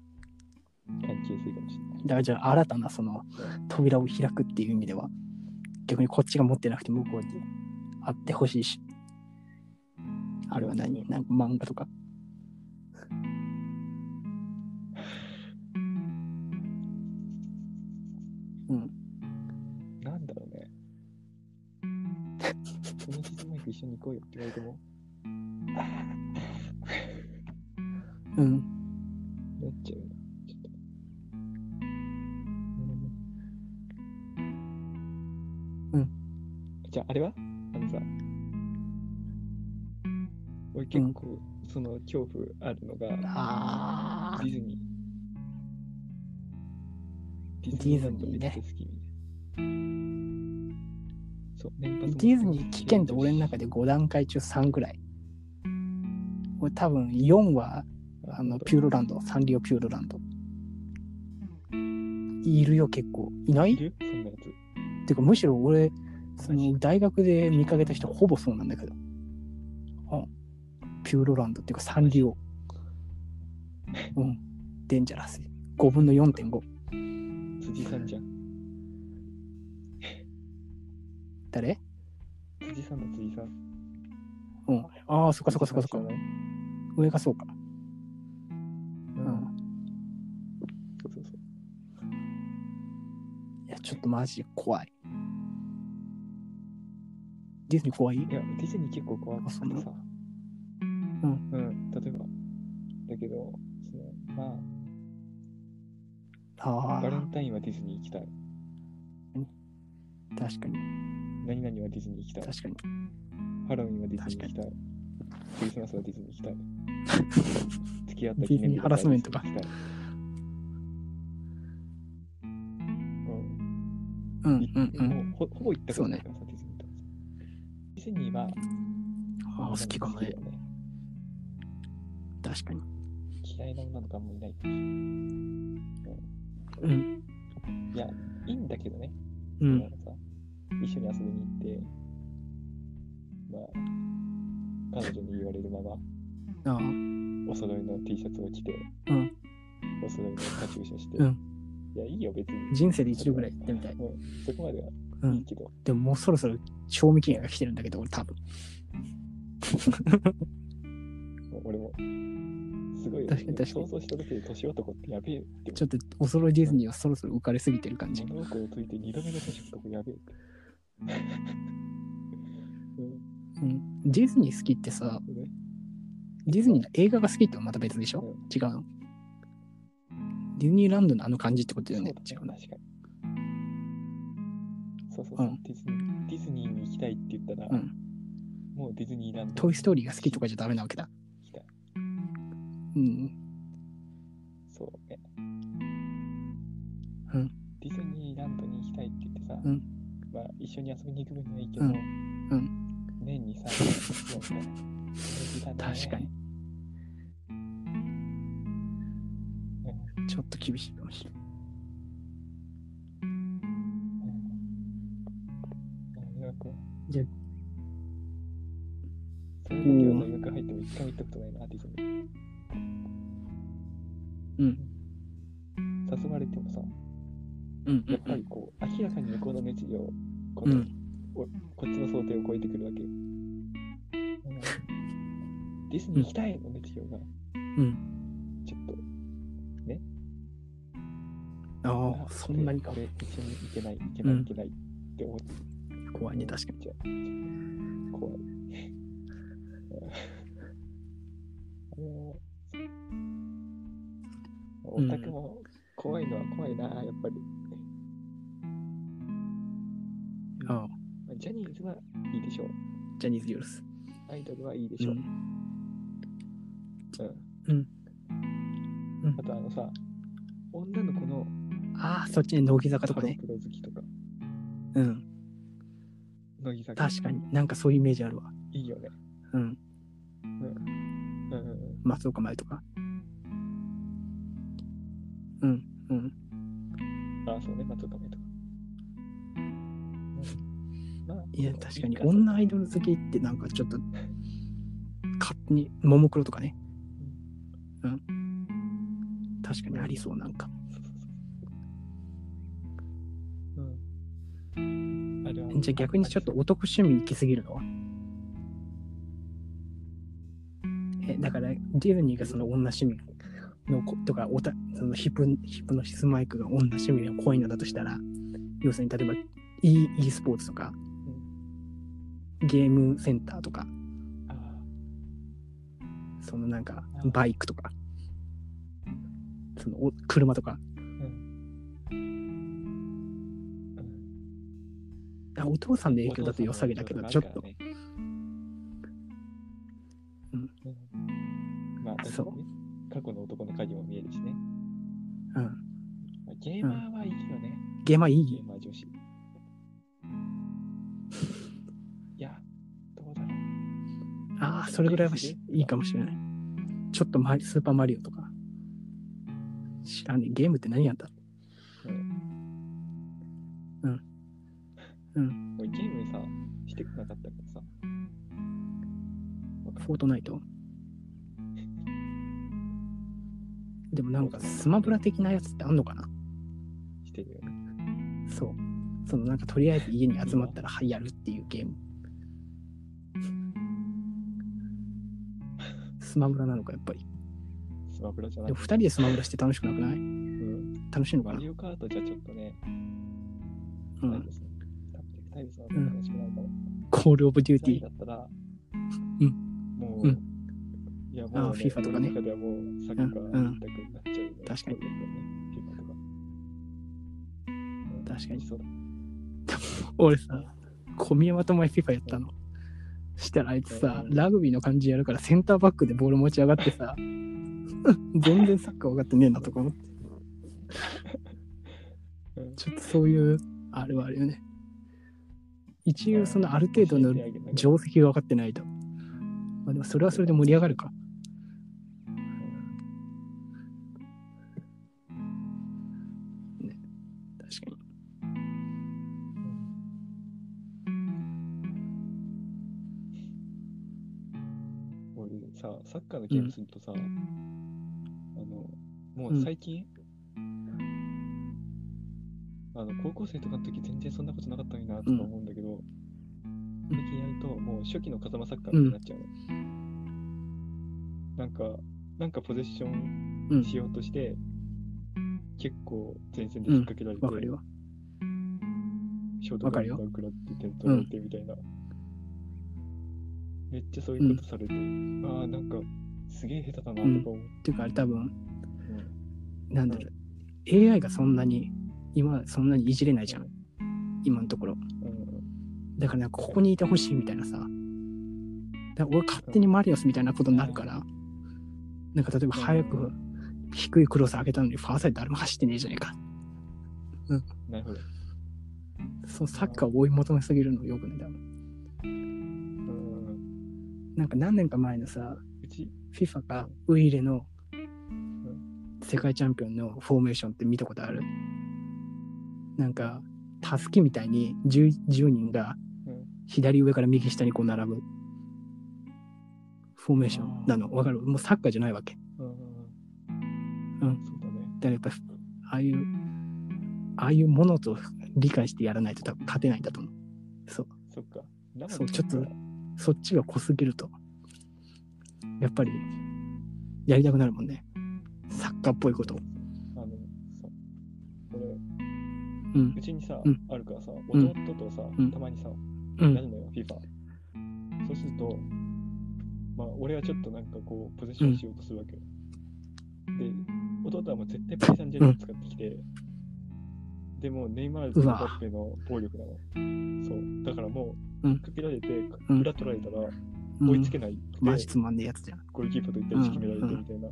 Speaker 2: 関係性かもしれない。
Speaker 1: だからじゃあ新たなその扉を開くっていう意味では逆にこっちが持ってなくて向こうにあってほしいしあれは何なんか漫画とかうん
Speaker 2: なんだろうね。その質問一緒に行こうよって言われても、
Speaker 1: うん
Speaker 2: なっちゃうな。ちょっと。
Speaker 1: う
Speaker 2: うん
Speaker 1: ん。
Speaker 2: じゃあ、あれはあのさ、俺結構、その恐怖あるのが、
Speaker 1: あ
Speaker 2: ディズニー。
Speaker 1: ディズニーね
Speaker 2: ラドめっちゃ好きみたいな。そう、年パス
Speaker 1: デ
Speaker 2: 持ってる
Speaker 1: ィズニー危険って俺の中で5段階中3ぐらい俺多分4はあのピューロランドサンリオピューロランドいるよ結構いないい
Speaker 2: るそんなやつ。
Speaker 1: てかむしろ俺そ
Speaker 2: マジ
Speaker 1: の大学で見かけた人ほぼそうなんだけど、うん、ピューロランドっていうかサンリオうんデンジャラス5分の4.5
Speaker 2: 辻さんじゃん。
Speaker 1: 誰
Speaker 2: 辻さんだ、辻さん。
Speaker 1: うんああそっかそっかそっかそっか
Speaker 2: か。
Speaker 1: 上がそうか
Speaker 2: う
Speaker 1: うん
Speaker 2: ん。そうそうそう。
Speaker 1: いやちょっとマジ怖いディズニー怖い
Speaker 2: いや、ディズニー結構怖くてさ。
Speaker 1: あそうなの
Speaker 2: うん。うん。例えば、だけど、その、まあ、
Speaker 1: あ
Speaker 2: バレ
Speaker 1: あ
Speaker 2: ンタインはディズニー行きたい。
Speaker 1: 確かに
Speaker 2: 何々はディズニー行きたい。
Speaker 1: 確かに
Speaker 2: ハロウィンはディズニー行きたい。クリスマスはディズニー行きた い。付き合った
Speaker 1: ディズニーハラスメントか
Speaker 2: 記念日はディ
Speaker 1: うんう
Speaker 2: ズニー行きたいうんん。
Speaker 1: うん
Speaker 2: もうほほぼ行ったことないからさ、ディズニーとかさディズニーは、
Speaker 1: ああ好きかも
Speaker 2: 好き
Speaker 1: ね
Speaker 2: だよね。
Speaker 1: 確かに
Speaker 2: 嫌いな女の子あんまりいない。
Speaker 1: うん
Speaker 2: いや、いいんだけどね。
Speaker 1: う
Speaker 2: だ
Speaker 1: ん
Speaker 2: からさ一緒に遊びに行って、まあ、彼女に言われるまま、
Speaker 1: ああ
Speaker 2: お揃いの T シャツを着て、
Speaker 1: うん
Speaker 2: お揃いのカチューシャして、
Speaker 1: うん
Speaker 2: いや、いいよ、別に。
Speaker 1: 人生で一度ぐらいやってみたい
Speaker 2: うん、そこまでは
Speaker 1: う
Speaker 2: いい
Speaker 1: ん
Speaker 2: けど、
Speaker 1: でももうそろそろ賞味期限が来てるんだけど俺多分
Speaker 2: もう俺も、すごいよね、
Speaker 1: 確かに確かに
Speaker 2: 想像した時で年男ってやべえって
Speaker 1: ちょっとお揃いディズニーはそろそろ浮かれすぎてる感じ。
Speaker 2: 物心ついて2度目の年男やべえって。 うん
Speaker 1: うん、ディズニー好きってさ、
Speaker 2: ね
Speaker 1: ディズニーの映画が好きってのはまた別でしょ違うの。ディズニーランドのあの感じってことだよね。違う
Speaker 2: そうだ
Speaker 1: の
Speaker 2: ね。確かに。そうそうそう、
Speaker 1: うん
Speaker 2: ディズニー。ディズニーに行きたいって言ったら、
Speaker 1: うん
Speaker 2: もうディズニーランド
Speaker 1: ト
Speaker 2: に
Speaker 1: イ・ストーリーが好きとかじゃダメなわけだ。
Speaker 2: 行きたい。
Speaker 1: うん。
Speaker 2: そうね。
Speaker 1: うん
Speaker 2: ディズニーランドに行きたいって言ってさ、
Speaker 1: うん
Speaker 2: まあ一緒に遊びに行く分にはいいけど、
Speaker 1: うんう
Speaker 2: 年にさ、 なんか
Speaker 1: 確か。に。ちょっと厳しいかもしれない。
Speaker 2: 留学は
Speaker 1: じゃあ
Speaker 2: それだけは大学入っても一回も行ったことないな、ディズニ
Speaker 1: うん。
Speaker 2: ー。誘われてもさ、
Speaker 1: うん
Speaker 2: やっぱりこう、明らかに向こうの熱量、こ
Speaker 1: う
Speaker 2: の
Speaker 1: ん。
Speaker 2: こっちの想定を超えてくるわけよ。うんディズニー行きたいの熱量が、
Speaker 1: うん。
Speaker 2: ちょっと、
Speaker 1: ああ、そんなにか
Speaker 2: こ。れ一緒に行けない、行けない、行けないって思って
Speaker 1: 怖いね、確かに。
Speaker 2: ちゃう。怖い。あのオタクも怖いのは怖いな、やっぱり。
Speaker 1: ああ、
Speaker 2: まあジャニーズはいいでしょう。
Speaker 1: ジャニーズ・ユース。
Speaker 2: アイドルはいいで
Speaker 1: う
Speaker 2: しょう。
Speaker 1: ん
Speaker 2: う
Speaker 1: うんん。うん
Speaker 2: あとあのさ、女の子の
Speaker 1: ああ、そっちね、乃木坂とか
Speaker 2: ハロ
Speaker 1: ね。
Speaker 2: プロ好きとか、
Speaker 1: うん。
Speaker 2: 乃木坂。
Speaker 1: 確かになんかそういうイメージあるわ。
Speaker 2: いいよね。
Speaker 1: うん。
Speaker 2: うんうんうん。
Speaker 1: 松岡前とか。うんうん。
Speaker 2: ああ、そうね、松岡メとか。まあ
Speaker 1: いや、確かに
Speaker 2: いい
Speaker 1: 女アイドル好きってなんかちょっと、勝手に、ももクロとかね。うん。確かにありそう、なんか。
Speaker 2: そうそうそううん。あれは
Speaker 1: じゃあ逆にちょっと。男趣味行き過ぎるのはえ、だから、ディズニーがその女趣味のことか、おたそのヒプヒプノシスマイクが女趣味が濃いのだとしたら、要するに例えば e, e スポーツとか、ゲームセンターとか、
Speaker 2: あ
Speaker 1: そのなんか
Speaker 2: うん
Speaker 1: バイクとか、そのお車とか、
Speaker 2: ーうん
Speaker 1: あお父さんの影響だと良さげだけど、ちょっと
Speaker 2: お父さんの影響があるからね
Speaker 1: うん
Speaker 2: うん。まあ、
Speaker 1: そう
Speaker 2: 確かにね過去の男の影も見えるしね。
Speaker 1: うん、
Speaker 2: まあゲーマーはいいよね。
Speaker 1: ゲーマーい
Speaker 2: ゲ
Speaker 1: い
Speaker 2: ーマー女子。いや、どうだろう。
Speaker 1: ああ、それぐらいはしいいかもしれない。ちょっとマリスーパーマリオとか。知らねえ、ゲームって何やった
Speaker 2: 俺ゲームさ、してこなかったけどさ。わかんない
Speaker 1: フォートナイトでもなんかスマブラ的なやつってあんのかな
Speaker 2: してるよね。
Speaker 1: そう。そのなんかとりあえず家に集まったらはいやるっていうゲーム。スマブラなのかやっぱり。
Speaker 2: スマブラじゃな
Speaker 1: で
Speaker 2: い
Speaker 1: も2人でスマブラして楽しくなくない
Speaker 2: うん。
Speaker 1: 楽しいのか
Speaker 2: マ
Speaker 1: な
Speaker 2: リオカートじゃちょっとね、
Speaker 1: う
Speaker 2: ない
Speaker 1: ん。
Speaker 2: ですね。多分二人でその楽しくないから。
Speaker 1: コールオブデュ
Speaker 2: 二
Speaker 1: ーティ
Speaker 2: 人
Speaker 1: ー
Speaker 2: だ。ったら、
Speaker 1: うん
Speaker 2: も
Speaker 1: う
Speaker 2: う、
Speaker 1: ん
Speaker 2: いやも
Speaker 1: あ
Speaker 2: う、
Speaker 1: あ FIFA とかね
Speaker 2: 中ではもうサッカ
Speaker 1: うんうん
Speaker 2: ー一択になっちゃうよね。
Speaker 1: 確かに
Speaker 2: そうだよね FIFA とか。うん
Speaker 1: 確かに
Speaker 2: そうだ。
Speaker 1: 俺さ、小宮山と前 FIFA やったの。したらあいつさ、ラグビーの感じやるからセンターバックでボール持ち上がってさ、 全然サッカー分かってねえなとか思って。
Speaker 2: うん
Speaker 1: ちょっとそういう、あれはあるよね。一応そのある程度の
Speaker 2: 教えてあげながら
Speaker 1: 定石が分かってないと。まあでもそれはそれで盛り上がるか。ね、確か
Speaker 2: 俺さ、サッカーのゲームするとさ、あの、もう最近、あの、高校生とかの時全然そんなことなかったのになとか思うんだけど、最近やると、もう初期の風間サッカーになっちゃうの。なんか、なんかポゼッション
Speaker 1: に。うん
Speaker 2: し、ようとして、結構前線で引っ掛けられて、
Speaker 1: 分かるよ。
Speaker 2: ショート
Speaker 1: わか
Speaker 2: ガ
Speaker 1: る
Speaker 2: ン
Speaker 1: よ
Speaker 2: ガン食らって点取られてみたいな。めっちゃそういうことされて、ああ、なんかすげえ下手だなとか思う。
Speaker 1: っていうかあれ多分、
Speaker 2: うん
Speaker 1: なんだろう、AI がそんなに、今そんなにいじれないじゃん。今のところ。
Speaker 2: うん
Speaker 1: だからなんかここにいてほしいみたいなさ。だから俺勝手にマリオスみたいなことになるから、なんか例えば早く低いクロス上げたのにファーサイド誰も走ってねえじゃねえか。
Speaker 2: なるほど。
Speaker 1: そのサッカーを追い求めすぎるのよくないだろ。
Speaker 2: うん
Speaker 1: なんか何年か前のさ、
Speaker 2: うち、
Speaker 1: FIFA がウイイレの世界チャンピオンのフォーメーションって見たことあるなんか、たすきみたいに 10, 10人が
Speaker 2: うん
Speaker 1: 左上から右下にこう並ぶフォーメーションなの。わかるもうサッカーじゃないわけ。
Speaker 2: うん
Speaker 1: う
Speaker 2: うん
Speaker 1: ん、
Speaker 2: そうだね。
Speaker 1: だからやっぱああいうああいうものと理解してやらないと多分勝てないんだと思うそう
Speaker 2: そっか。生で
Speaker 1: そうちょっと
Speaker 2: 見たら
Speaker 1: そっちが濃すぎるとやっぱりやりたくなるもんねサッカーっぽいこと
Speaker 2: あの、そう。俺、
Speaker 1: うん
Speaker 2: うちにさ、
Speaker 1: うん
Speaker 2: あるからさ、
Speaker 1: ん
Speaker 2: 弟とさ、
Speaker 1: うん
Speaker 2: たまにさ、
Speaker 1: う
Speaker 2: や
Speaker 1: ん
Speaker 2: るのよ、FIFA。そうすると、まあ、俺はちょっとなんかこう、ポゼッションしようとするわけよ。で、弟はもう絶対パリ・サンジェルマン使ってきて、でもうネイマールと
Speaker 1: うわ
Speaker 2: バッペの暴力なの。そう。だからも
Speaker 1: う
Speaker 2: う、
Speaker 1: ん
Speaker 2: かけられて、
Speaker 1: うん
Speaker 2: 裏取られたら
Speaker 1: う
Speaker 2: 追い
Speaker 1: ん
Speaker 2: つけない。
Speaker 1: マジつまんねえやつじゃん
Speaker 2: ゴールキーパーと一対一決められてみたいな。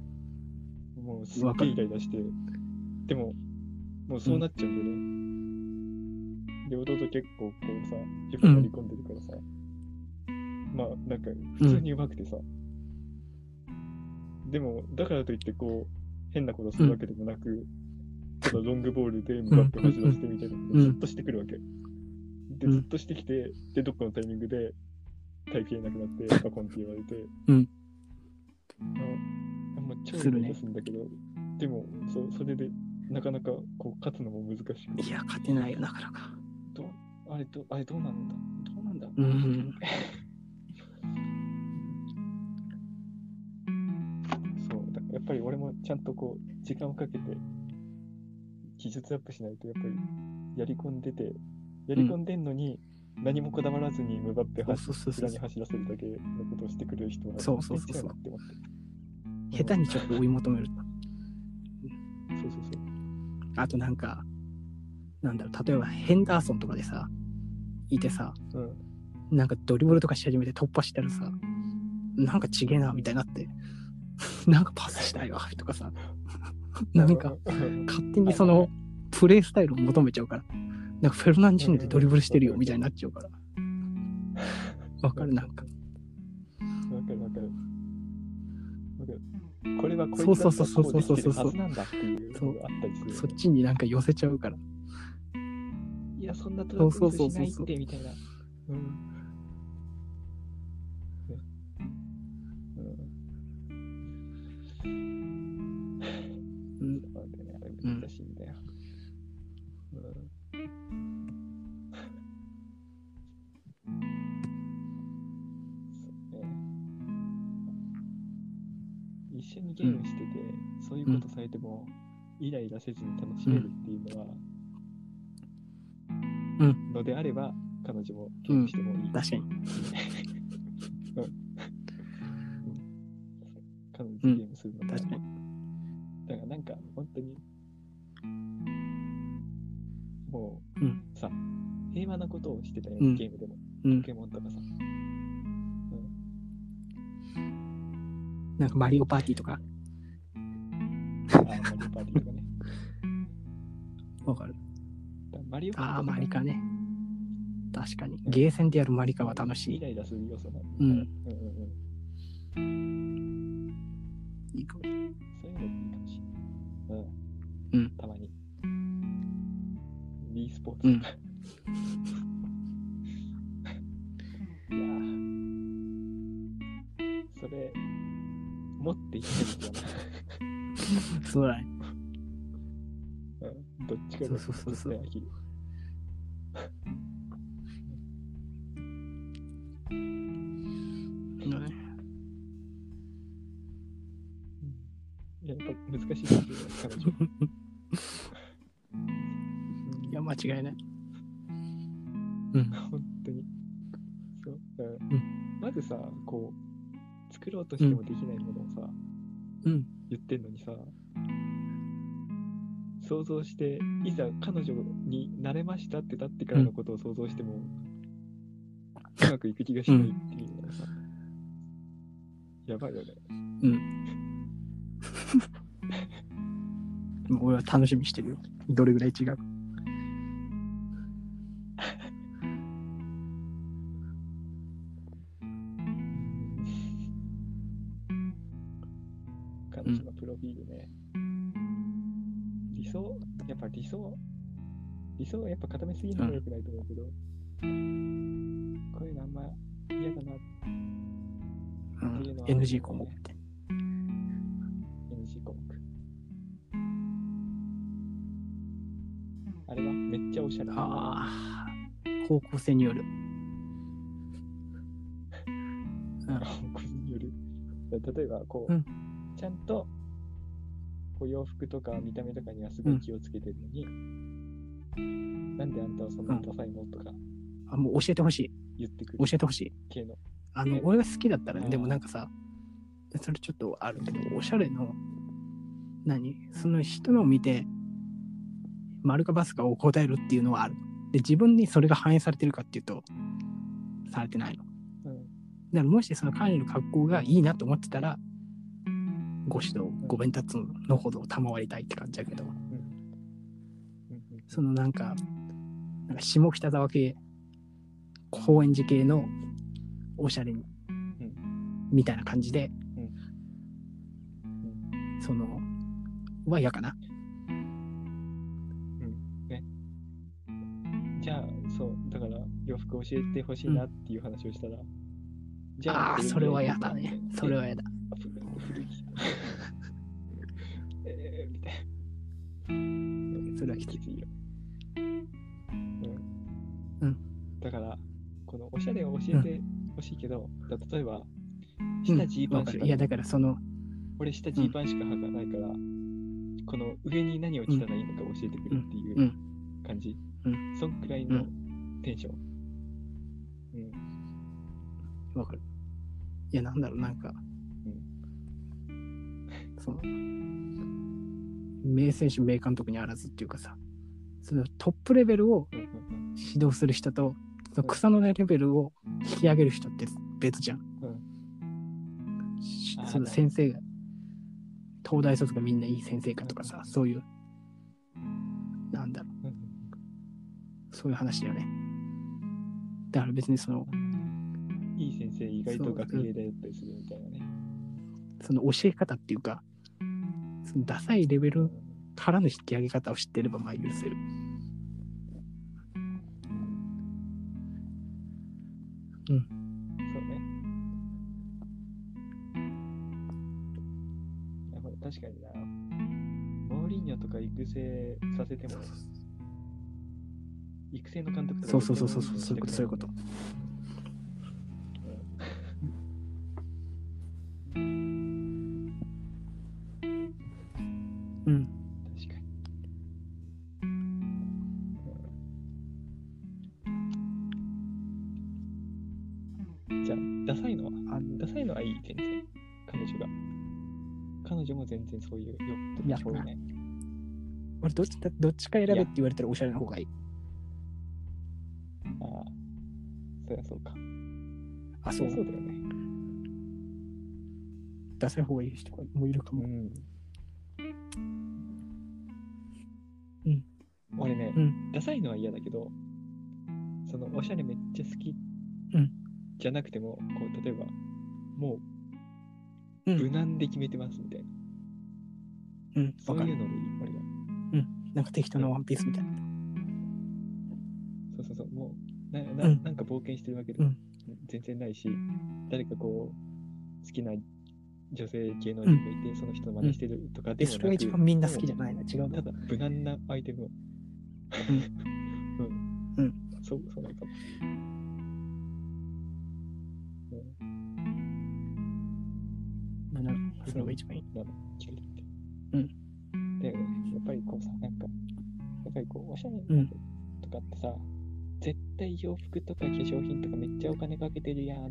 Speaker 2: もうすっ
Speaker 1: わか
Speaker 2: げえ
Speaker 1: る
Speaker 2: イライラして、でも、もうそうなっちゃうんだよね。で、弟結構こうさ、自分乗り込んでるからさ、まあなんか普通に上手くてさ、でも、だからといってこう、変なことするわけでもなく、そのロングボールで向かって走らせてみたいなこと
Speaker 1: うん
Speaker 2: をずっとしてくるわけ。で、
Speaker 1: うん
Speaker 2: ずっとしてきて、で、どっかのタイミングで、体型なく なって、パコンって言われて、
Speaker 1: うん
Speaker 2: あ。まあ、超
Speaker 1: するね
Speaker 2: 出すんだけど、でも、そうそれで、なかなかこう勝つのも難しく
Speaker 1: いや、勝てないよ、なかなか。
Speaker 2: どうあれど、あれどうなんだどうなんだ
Speaker 1: うん。
Speaker 2: そう、だからやっぱり俺もちゃんとこう、時間をかけて、技術アップしないと、やっぱり、やり込んでて、やり込んでんのに、何もこだわらずに、ムバッペ走
Speaker 1: そうそうそう
Speaker 2: 裏に
Speaker 1: そう。
Speaker 2: 走らせるだけのことをしてくる人は、
Speaker 1: そうそうそう
Speaker 2: こいつ
Speaker 1: そう
Speaker 2: らだって思って。
Speaker 1: 下手にちょっと追い求めると。
Speaker 2: そうそうそう。
Speaker 1: あとなんか、なんだろう、例えばヘンダーソンとかでさ、いてさ、
Speaker 2: うん、
Speaker 1: なんかドリブルとかし始めて突破したらさ、なんかちげえな、みたいになって、 なんかパスしたいわ、とかさ、 なんか、
Speaker 2: うん、
Speaker 1: 勝手にそのプレイスタイルを求めちゃうから、なんかフェルナンジーニでドリブルしてるよ、みたいになっちゃう から。わかる、なんか。
Speaker 2: わかるわかる。わかる。これはこいつ
Speaker 1: そうそうそうそうそうそう
Speaker 2: だったらこうできてるはずなんだっていうのがあったりするよ
Speaker 1: そっ
Speaker 2: ね。
Speaker 1: ちになんか寄せちゃうから。
Speaker 2: いや、そんなト
Speaker 1: そうそうそうそうそう
Speaker 2: てみたいな。うん。ね
Speaker 1: うん、
Speaker 2: うん。まあでもやっぱり難しいんだよ。うん。そうね。一緒にゲームしてて、そういうことされても、イライラせずに楽しめるっていうのは、
Speaker 1: うん
Speaker 2: のであれば、彼女もゲームしてもいい。
Speaker 1: 確かに。
Speaker 2: 彼女とゲームするのも
Speaker 1: 確かに。
Speaker 2: だからなんか本当にも
Speaker 1: う
Speaker 2: うさ、平和なことをしてたよ、
Speaker 1: うん
Speaker 2: ゲームでも
Speaker 1: うん
Speaker 2: ポ。ケモンとか さ
Speaker 1: なんかマリオパーティーとか。
Speaker 2: あーマリオパーティーとかね
Speaker 1: わかる。
Speaker 2: だからマリオパーティー
Speaker 1: ああ、
Speaker 2: とか
Speaker 1: マリカね。確かに。ゲーセンでやるマリカは楽し
Speaker 2: イ
Speaker 1: い。
Speaker 2: ライラする要素がある
Speaker 1: うん
Speaker 2: うんうんうん
Speaker 1: いいかも
Speaker 2: そういうのいいかもしれない。う
Speaker 1: うん
Speaker 2: ん。たまに。B スポーツ。
Speaker 1: うん
Speaker 2: いやーそれ、持っていってみた
Speaker 1: そうだね。
Speaker 2: な。うんどっちかが
Speaker 1: そうそうそうそう
Speaker 2: 絶対飽きるいややっぱ難しいですよ、彼女。
Speaker 1: いや、間違いない。うん。
Speaker 2: 本当に。そう。だから
Speaker 1: う
Speaker 2: まずさ、こう、作ろうとしてもできないものをさ、
Speaker 1: うん。
Speaker 2: 言ってんのにさ想像していざ彼女になれましたってなってからのことを想像しても、うまくいく気がしないっていうのがさ、やばいよね
Speaker 1: もう 俺は楽しみにしてるよ。どれぐらい違うか。
Speaker 2: 彼女のプロフィールね、理想やっぱ理想理想はやっぱ固めすぎるのも良くないと思うけど、こういうのあんま嫌だな
Speaker 1: う
Speaker 2: っていうんの、は
Speaker 1: NG 項目って。
Speaker 2: NG 項目あれはめっちゃおしゃれ
Speaker 1: ああ。方向性による。
Speaker 2: 個人による。例えば、こう、
Speaker 1: うん
Speaker 2: ちゃんと、こう洋服とか見た目とかにはすごい気をつけてるのに、なんであんたはそんなダサいのとか
Speaker 1: あもう教えてほしい。
Speaker 2: 言ってくる
Speaker 1: 教えてほしい。
Speaker 2: 系の。
Speaker 1: あの
Speaker 2: ね、
Speaker 1: 俺が好きだったらね、
Speaker 2: うん
Speaker 1: でもなんかさ、それちょっとあるけど、おしゃれの、何その人のを見て、丸かバスかを答えるっていうのはある。で、自分にそれが反映されてるかっていうと、されてないの。
Speaker 2: うん
Speaker 1: だからもしその彼の格好がいいなと思ってたら、ご指導、ご鞭達のほど賜りたいって感じだけど、
Speaker 2: うんうん
Speaker 1: そのなんか、なんか下北沢系、高円寺系のおしゃれに、みたいな感じで、その、は嫌かな。
Speaker 2: 服教えてほしいなっていう話をしたら、じ
Speaker 1: ああ、
Speaker 2: 自
Speaker 1: そ
Speaker 2: 分で
Speaker 1: れは嫌だね。それは嫌だ。
Speaker 2: ふ古い。 えー、みたい
Speaker 1: それは
Speaker 2: な。
Speaker 1: きつい。
Speaker 2: きついよ。
Speaker 1: う
Speaker 2: うんん。だから、このおしゃれを教えてほしいけど、だ例えば、下ジー
Speaker 1: うん
Speaker 2: パ
Speaker 1: わ
Speaker 2: ン
Speaker 1: か
Speaker 2: し
Speaker 1: る
Speaker 2: か、
Speaker 1: いや、だからその、
Speaker 2: 俺下ジーパンしか履かないから、この上に何を着たらいいのか教えてくれっていうう感
Speaker 1: う
Speaker 2: じ。そんくらいのテンション。うん。
Speaker 1: わかる。いや、なんだろう、なんか、その、名選手、名監督にあらずっていうかさ、そのトップレベルを
Speaker 2: うんうん
Speaker 1: 指導する人と、その草の根レベルを引き上げる人って別じゃん。し
Speaker 2: あー
Speaker 1: その
Speaker 2: なるほど
Speaker 1: 先生が、東大卒がみんないい先生かとかさ、そういう、なんだろ
Speaker 2: うん
Speaker 1: う、そういう話だよね。だから別にその、
Speaker 2: うんいい先生、意外と学芸だったりするみたいなね。
Speaker 1: その教え方っていうか、そのダサいレベルからの引き上げ方を知ってればまあ許せる。
Speaker 2: そうね。いやこれ確かにな。モーリーニョとか育成させても、育成の監督とか
Speaker 1: そうそうそうそうそうそういうことそういうこと。うん。
Speaker 2: 確かに。じゃあ、ダサいのは
Speaker 1: あの
Speaker 2: ダサいのはいい、全然。彼女が。彼女も全然そういうよ
Speaker 1: いや
Speaker 2: 興味ない。
Speaker 1: 俺どっちだどっちか選べって言われたらおしゃれの方がいい。
Speaker 2: ああ、そりゃそうか。
Speaker 1: あ、
Speaker 2: そ
Speaker 1: そうう
Speaker 2: そうだよね。
Speaker 1: ダサい方がいい人もいるかも。
Speaker 2: ん。
Speaker 1: うん
Speaker 2: 俺ね、
Speaker 1: う
Speaker 2: ダサいのは嫌だけど、そのおしゃれめっちゃ好き、
Speaker 1: うん
Speaker 2: じゃなくても、こう例えば、も
Speaker 1: う
Speaker 2: うん無難で決めてますみたい
Speaker 1: う
Speaker 2: な。
Speaker 1: ん、
Speaker 2: そ
Speaker 1: わ
Speaker 2: う
Speaker 1: か
Speaker 2: い
Speaker 1: る。
Speaker 2: うのでいい、俺は。
Speaker 1: なんか適当なワンピースみたいな。
Speaker 2: そうそうそう、もうなな、
Speaker 1: うん
Speaker 2: なんか冒険してるわけで
Speaker 1: う
Speaker 2: も
Speaker 1: ん
Speaker 2: 全然ないし、誰かこう、好きな女性系の人がいて、その人の真似してるとか
Speaker 1: で、
Speaker 2: でもな
Speaker 1: そ
Speaker 2: く、
Speaker 1: れが一番みんな好きじゃないな。違う
Speaker 2: た
Speaker 1: な。
Speaker 2: だ、無難なアイテムを。うん。
Speaker 1: うん。
Speaker 2: そう、そうなんかも。
Speaker 1: まあなんかそれが一番いい。
Speaker 2: なの、着れるって。
Speaker 1: うん。
Speaker 2: だよね。やっぱりこうさ、なんか、やっぱりこう、おしゃれ
Speaker 1: うん
Speaker 2: とかってさ、絶対洋服とか化粧品とかめっちゃお金かけてるやん。
Speaker 1: う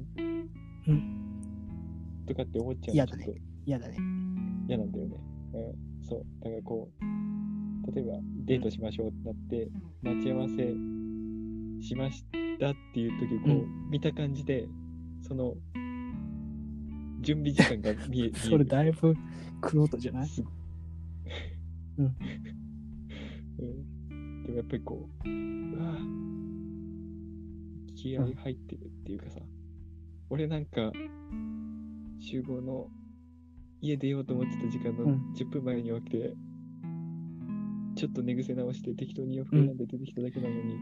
Speaker 2: とかって思っちゃう
Speaker 1: 嫌
Speaker 2: の
Speaker 1: だ
Speaker 2: ち
Speaker 1: ね
Speaker 2: ょっと
Speaker 1: 嫌だね。
Speaker 2: 嫌なんだよね。うん、そう。だからこう、例えばデートしましょうってなって、待ち合わせしましたっていう時こう、
Speaker 1: う
Speaker 2: 見た感じで、その、準備時間が 見え見える。
Speaker 1: それだいぶクロートじゃない
Speaker 2: す
Speaker 1: うん
Speaker 2: うんでもやっぱりこう、うわ気合い入ってるっていうかさ、俺なんか、集合の家出ようと思ってた時間の
Speaker 1: うん
Speaker 2: 10分前に起きて、ちょっと寝癖直して適当に洋服選んで出てきただけなのに、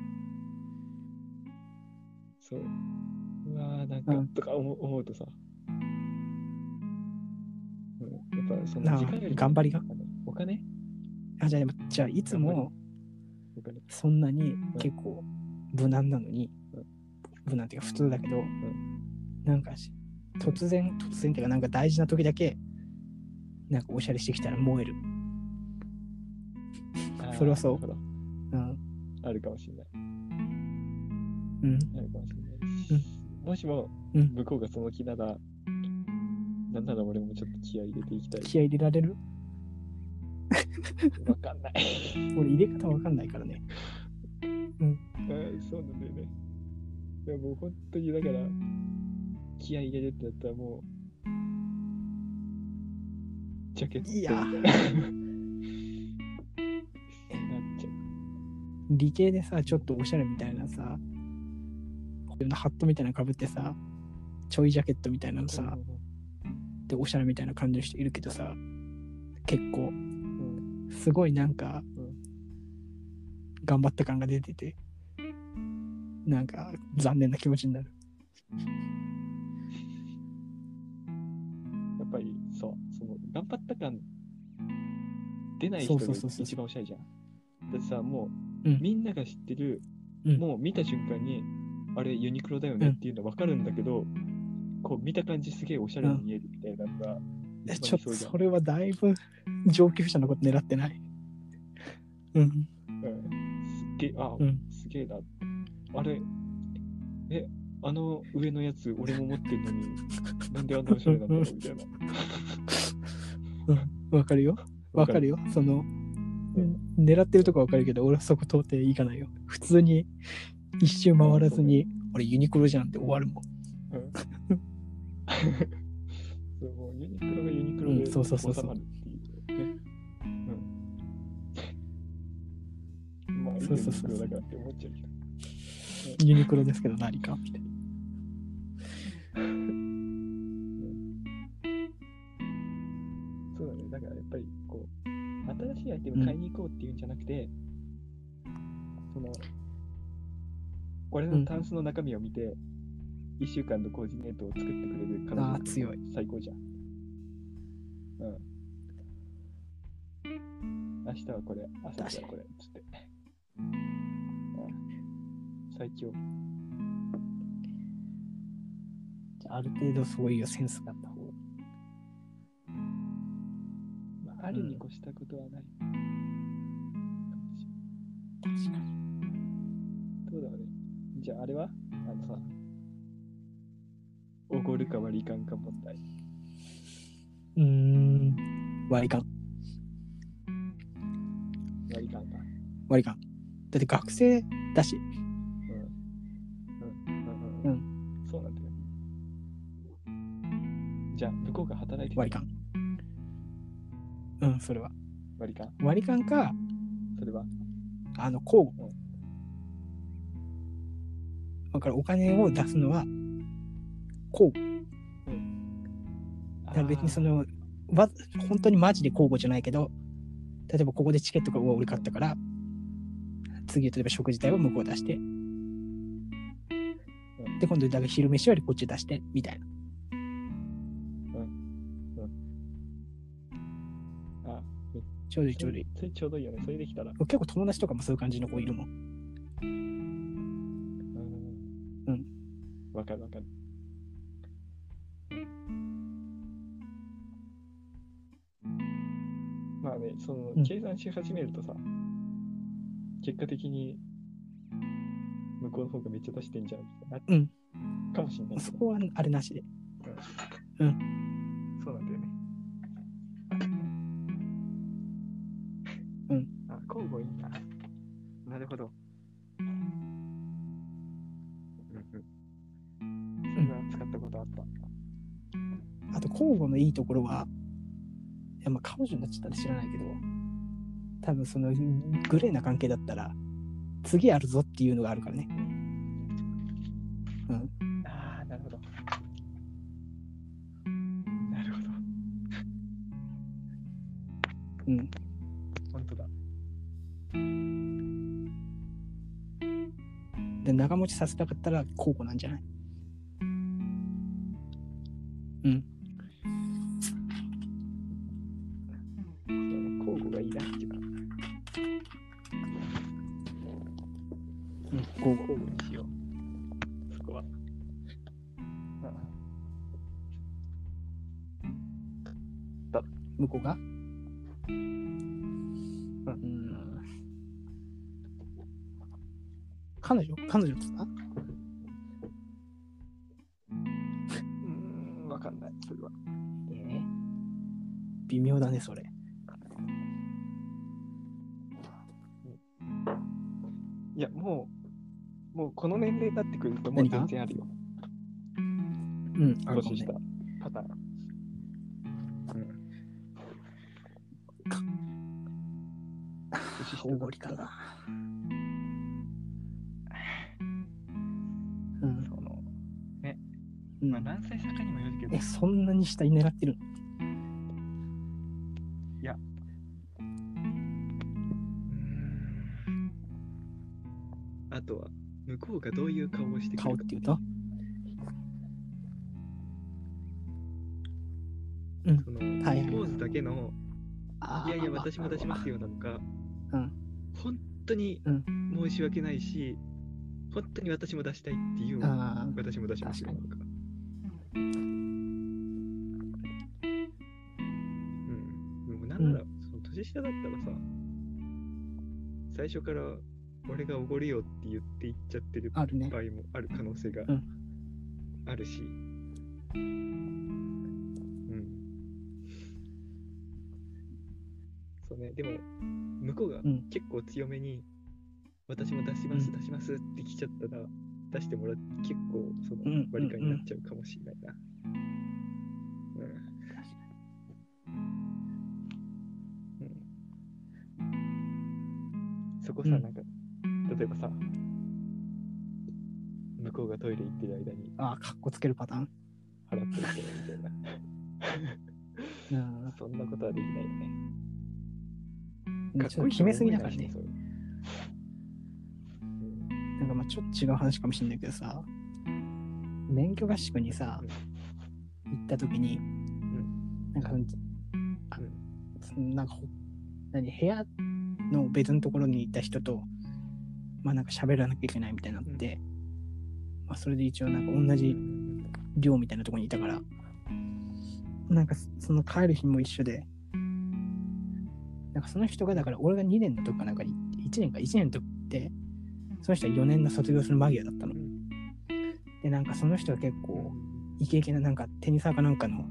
Speaker 2: そう、うわーなんか、
Speaker 1: うん
Speaker 2: とか思う思うとさ、うん、やっぱその
Speaker 1: なあ
Speaker 2: 時間よりも
Speaker 1: 頑張りが
Speaker 2: あのお金
Speaker 1: あじゃあでも、じゃあいつも
Speaker 2: お金
Speaker 1: そんなに結構無難なのに、無難っていうか普通だけど、なんかし突然、突然っていうかなんか大事な時だけ、なんかおしゃれしてきたら燃える。
Speaker 2: あー
Speaker 1: それはそう
Speaker 2: なる
Speaker 1: う
Speaker 2: ほ
Speaker 1: ん。
Speaker 2: どあるかもしれない。
Speaker 1: うん。
Speaker 2: あるかもしれないし。もしも、
Speaker 1: うん
Speaker 2: 向こうがその気なら、なんなら俺もちょっと気合い入れていきたい。
Speaker 1: 気合い入れられる
Speaker 2: わかんない。
Speaker 1: 俺入れ方わかんないからね。
Speaker 2: うんそうなんだよね。いやもう本当にだから、気合い入れるってなったらもう、ジャケット
Speaker 1: いやー
Speaker 2: みたいななっちゃう。
Speaker 1: 理系でさ、ちょっとおしゃれみたいなさ、ハットみたいなの被ってさ、ちょいジャケットみたいなのさ、でおしゃれみたいな感じの人いるけどさ、結構、すごいなんか、
Speaker 2: うん
Speaker 1: 頑張った感が出てて、なんか残念な気持ちになる。
Speaker 2: やっぱりそう、その頑張った感出ない
Speaker 1: そ
Speaker 2: 人
Speaker 1: う
Speaker 2: が
Speaker 1: そうそうそう
Speaker 2: 一番おしゃれじゃん。だってさ、もう、
Speaker 1: うん
Speaker 2: みんなが知ってる、
Speaker 1: うん
Speaker 2: もう見た瞬間に、あれユニクロだよねっていうの分かるんだけど、こう見た感じすげえおしゃれに見えるみたいなのが、
Speaker 1: え
Speaker 2: 一
Speaker 1: ちょっ
Speaker 2: 番
Speaker 1: と
Speaker 2: 理想じゃん
Speaker 1: それはだいぶ上級者のこと狙ってない。うん。
Speaker 2: うんすっげえ、あ、
Speaker 1: うん
Speaker 2: すげえな。あれ、え、あの上のやつ俺も持ってるのに、なんであんなおしゃれなんだろうみたいな。
Speaker 1: わかるよ。わかるよ。その、狙ってるとこわかるけど、俺はそこ到底行かないよ。普通に一周回らずに、俺ユニクロじゃんって終わるもん。
Speaker 2: そうもうユニクロがユニクロで
Speaker 1: うんそうそうそうそう
Speaker 2: 収まるっていうね。うん。まあ、いい
Speaker 1: そ
Speaker 2: ユ
Speaker 1: う
Speaker 2: ニ
Speaker 1: そうそう
Speaker 2: クロだからって思っちゃうけど。
Speaker 1: ユニクロですけど何かみたいな。
Speaker 2: そうだね。だからやっぱり、こう、新しいアイテム買いに行こうっていうんじゃなくて、その、俺のタンスの中身を見て、1週間のコーディネートを作ってくれる彼女
Speaker 1: あー強い。
Speaker 2: 最高じゃん。うん。明日はこれ、明後日はこれ、つって。うん最強。
Speaker 1: じゃあある程度そういうセンスがあった方が。
Speaker 2: まあ、あるに越したことはない。
Speaker 1: 確かに。
Speaker 2: どうだろうね。じゃあ、あれはあのさ、おごるか割り勘か問題。
Speaker 1: うーん。割り勘。
Speaker 2: 割り勘か。
Speaker 1: 割り勘。だって学生だし。
Speaker 2: うん。うん。うん。そうなんだよ。じゃあ、向こうが働いて
Speaker 1: 割り勘。うん、それは。
Speaker 2: 割り勘
Speaker 1: 割り勘か、
Speaker 2: それは
Speaker 1: あの、交互。だからお金を出すのは、交互。だから別にそ、の、わ本当にマジで交互じゃないけど、例えばここでチケットが俺買ったから、次、例えば食事代を向こう出して、で、今度、だから昼飯よりこっち出して、みたいな。
Speaker 2: あーあ
Speaker 1: ちょうどいい
Speaker 2: ー、
Speaker 1: ち
Speaker 2: ち
Speaker 1: ょ
Speaker 2: ょ
Speaker 1: うどいい。
Speaker 2: それちょうどいいよね。それできたら。
Speaker 1: 結構友達とかもそういう感じの子いるもん。
Speaker 2: うん
Speaker 1: うん。
Speaker 2: わかるわかる。まあね、その
Speaker 1: うん、
Speaker 2: 計算し始めるとさ、結果的に、向こうの方がめっちゃ出してんじゃん、みたいな。
Speaker 1: うん。
Speaker 2: かもしれないけ
Speaker 1: そ
Speaker 2: ど。
Speaker 1: こはあれなしで。
Speaker 2: そうなんだよね。
Speaker 1: うん。
Speaker 2: あ、交互いいな。なるほど。うんうん。それは使ったことあった。
Speaker 1: あと、交互のいいところは、いやまあ彼女になっちゃったら知らないけど、多分そのグレーな関係だったら、次あるぞっていうのがあるからね。
Speaker 2: ああ、なるほど。なるほど。
Speaker 1: うん。
Speaker 2: 本当だ。
Speaker 1: で、長持ちさせたかったら交互なんじゃない
Speaker 2: そうね、交互がいいなっていうか。
Speaker 1: うん、交互。
Speaker 2: 交互にしよう。そこは。あ
Speaker 1: 向こうがうん。彼女彼女ですか
Speaker 2: うーん、わかんない。それは。
Speaker 1: ええ微妙だね、それ。
Speaker 2: いや、もう、もうこの年齢になってくると、もう
Speaker 1: 何が
Speaker 2: 全然あるよ。
Speaker 1: うん、あるかも
Speaker 2: 年
Speaker 1: ね
Speaker 2: 下。パターン。うん。年下
Speaker 1: おごりかな。うん
Speaker 2: その、
Speaker 1: うん
Speaker 2: まあ、何歳差かにもよるけど
Speaker 1: え、、そんなに下に狙ってるの
Speaker 2: あとは、向こうがどういう顔をしてく
Speaker 1: 顔っ
Speaker 2: るか
Speaker 1: ていうとうん
Speaker 2: その、
Speaker 1: はいはい
Speaker 2: ポーズだけの、
Speaker 1: あー
Speaker 2: いやいや、私も出しますよなのか、
Speaker 1: うん
Speaker 2: 本当に
Speaker 1: う
Speaker 2: 申し訳ないし、本当に私も出したいっていう、
Speaker 1: あー
Speaker 2: 私も出しますよなのか。うん。もうなんなら、その年下だったらさ、最初から俺がおごるよって言って言っちゃってる
Speaker 1: あるね
Speaker 2: 場合もある可能性が
Speaker 1: うん
Speaker 2: あるし、うん。そうね、でも、向こうが
Speaker 1: うん
Speaker 2: 結構強めに、私も出します、
Speaker 1: うん
Speaker 2: 出しますって来ちゃったら、出してもらって結構そ
Speaker 1: うんうんう
Speaker 2: の
Speaker 1: ん
Speaker 2: 割り勘になっちゃうかもしれないな。うんうんそこさ、
Speaker 1: うん
Speaker 2: なんか、例えばさ、向こうがトイレ行ってる間に
Speaker 1: ああかっこつけるパターン
Speaker 2: 払ってるけどみ たいな。
Speaker 1: うん
Speaker 2: そんなことはできないよね。
Speaker 1: ちょっと決めすぎだからね
Speaker 2: それ
Speaker 1: なんかまあちょっと違う話かもしれないけどさ免許合宿にさ行った時に、なんかそのあ
Speaker 2: うん
Speaker 1: そのなんかほ何部屋の別のところにいた人とまあなんか喋らなきゃいけないみたいになって、まあそれで一応なんか同じ寮みたいなところにいたからなんかそその帰る日も一緒でなんかその人がだから俺が2年の時かなんかに1年か1年の時ってその人は4年の卒業する間際だったの
Speaker 2: うん
Speaker 1: でなんかその人は結構イケイケななんかテニサーかなんかの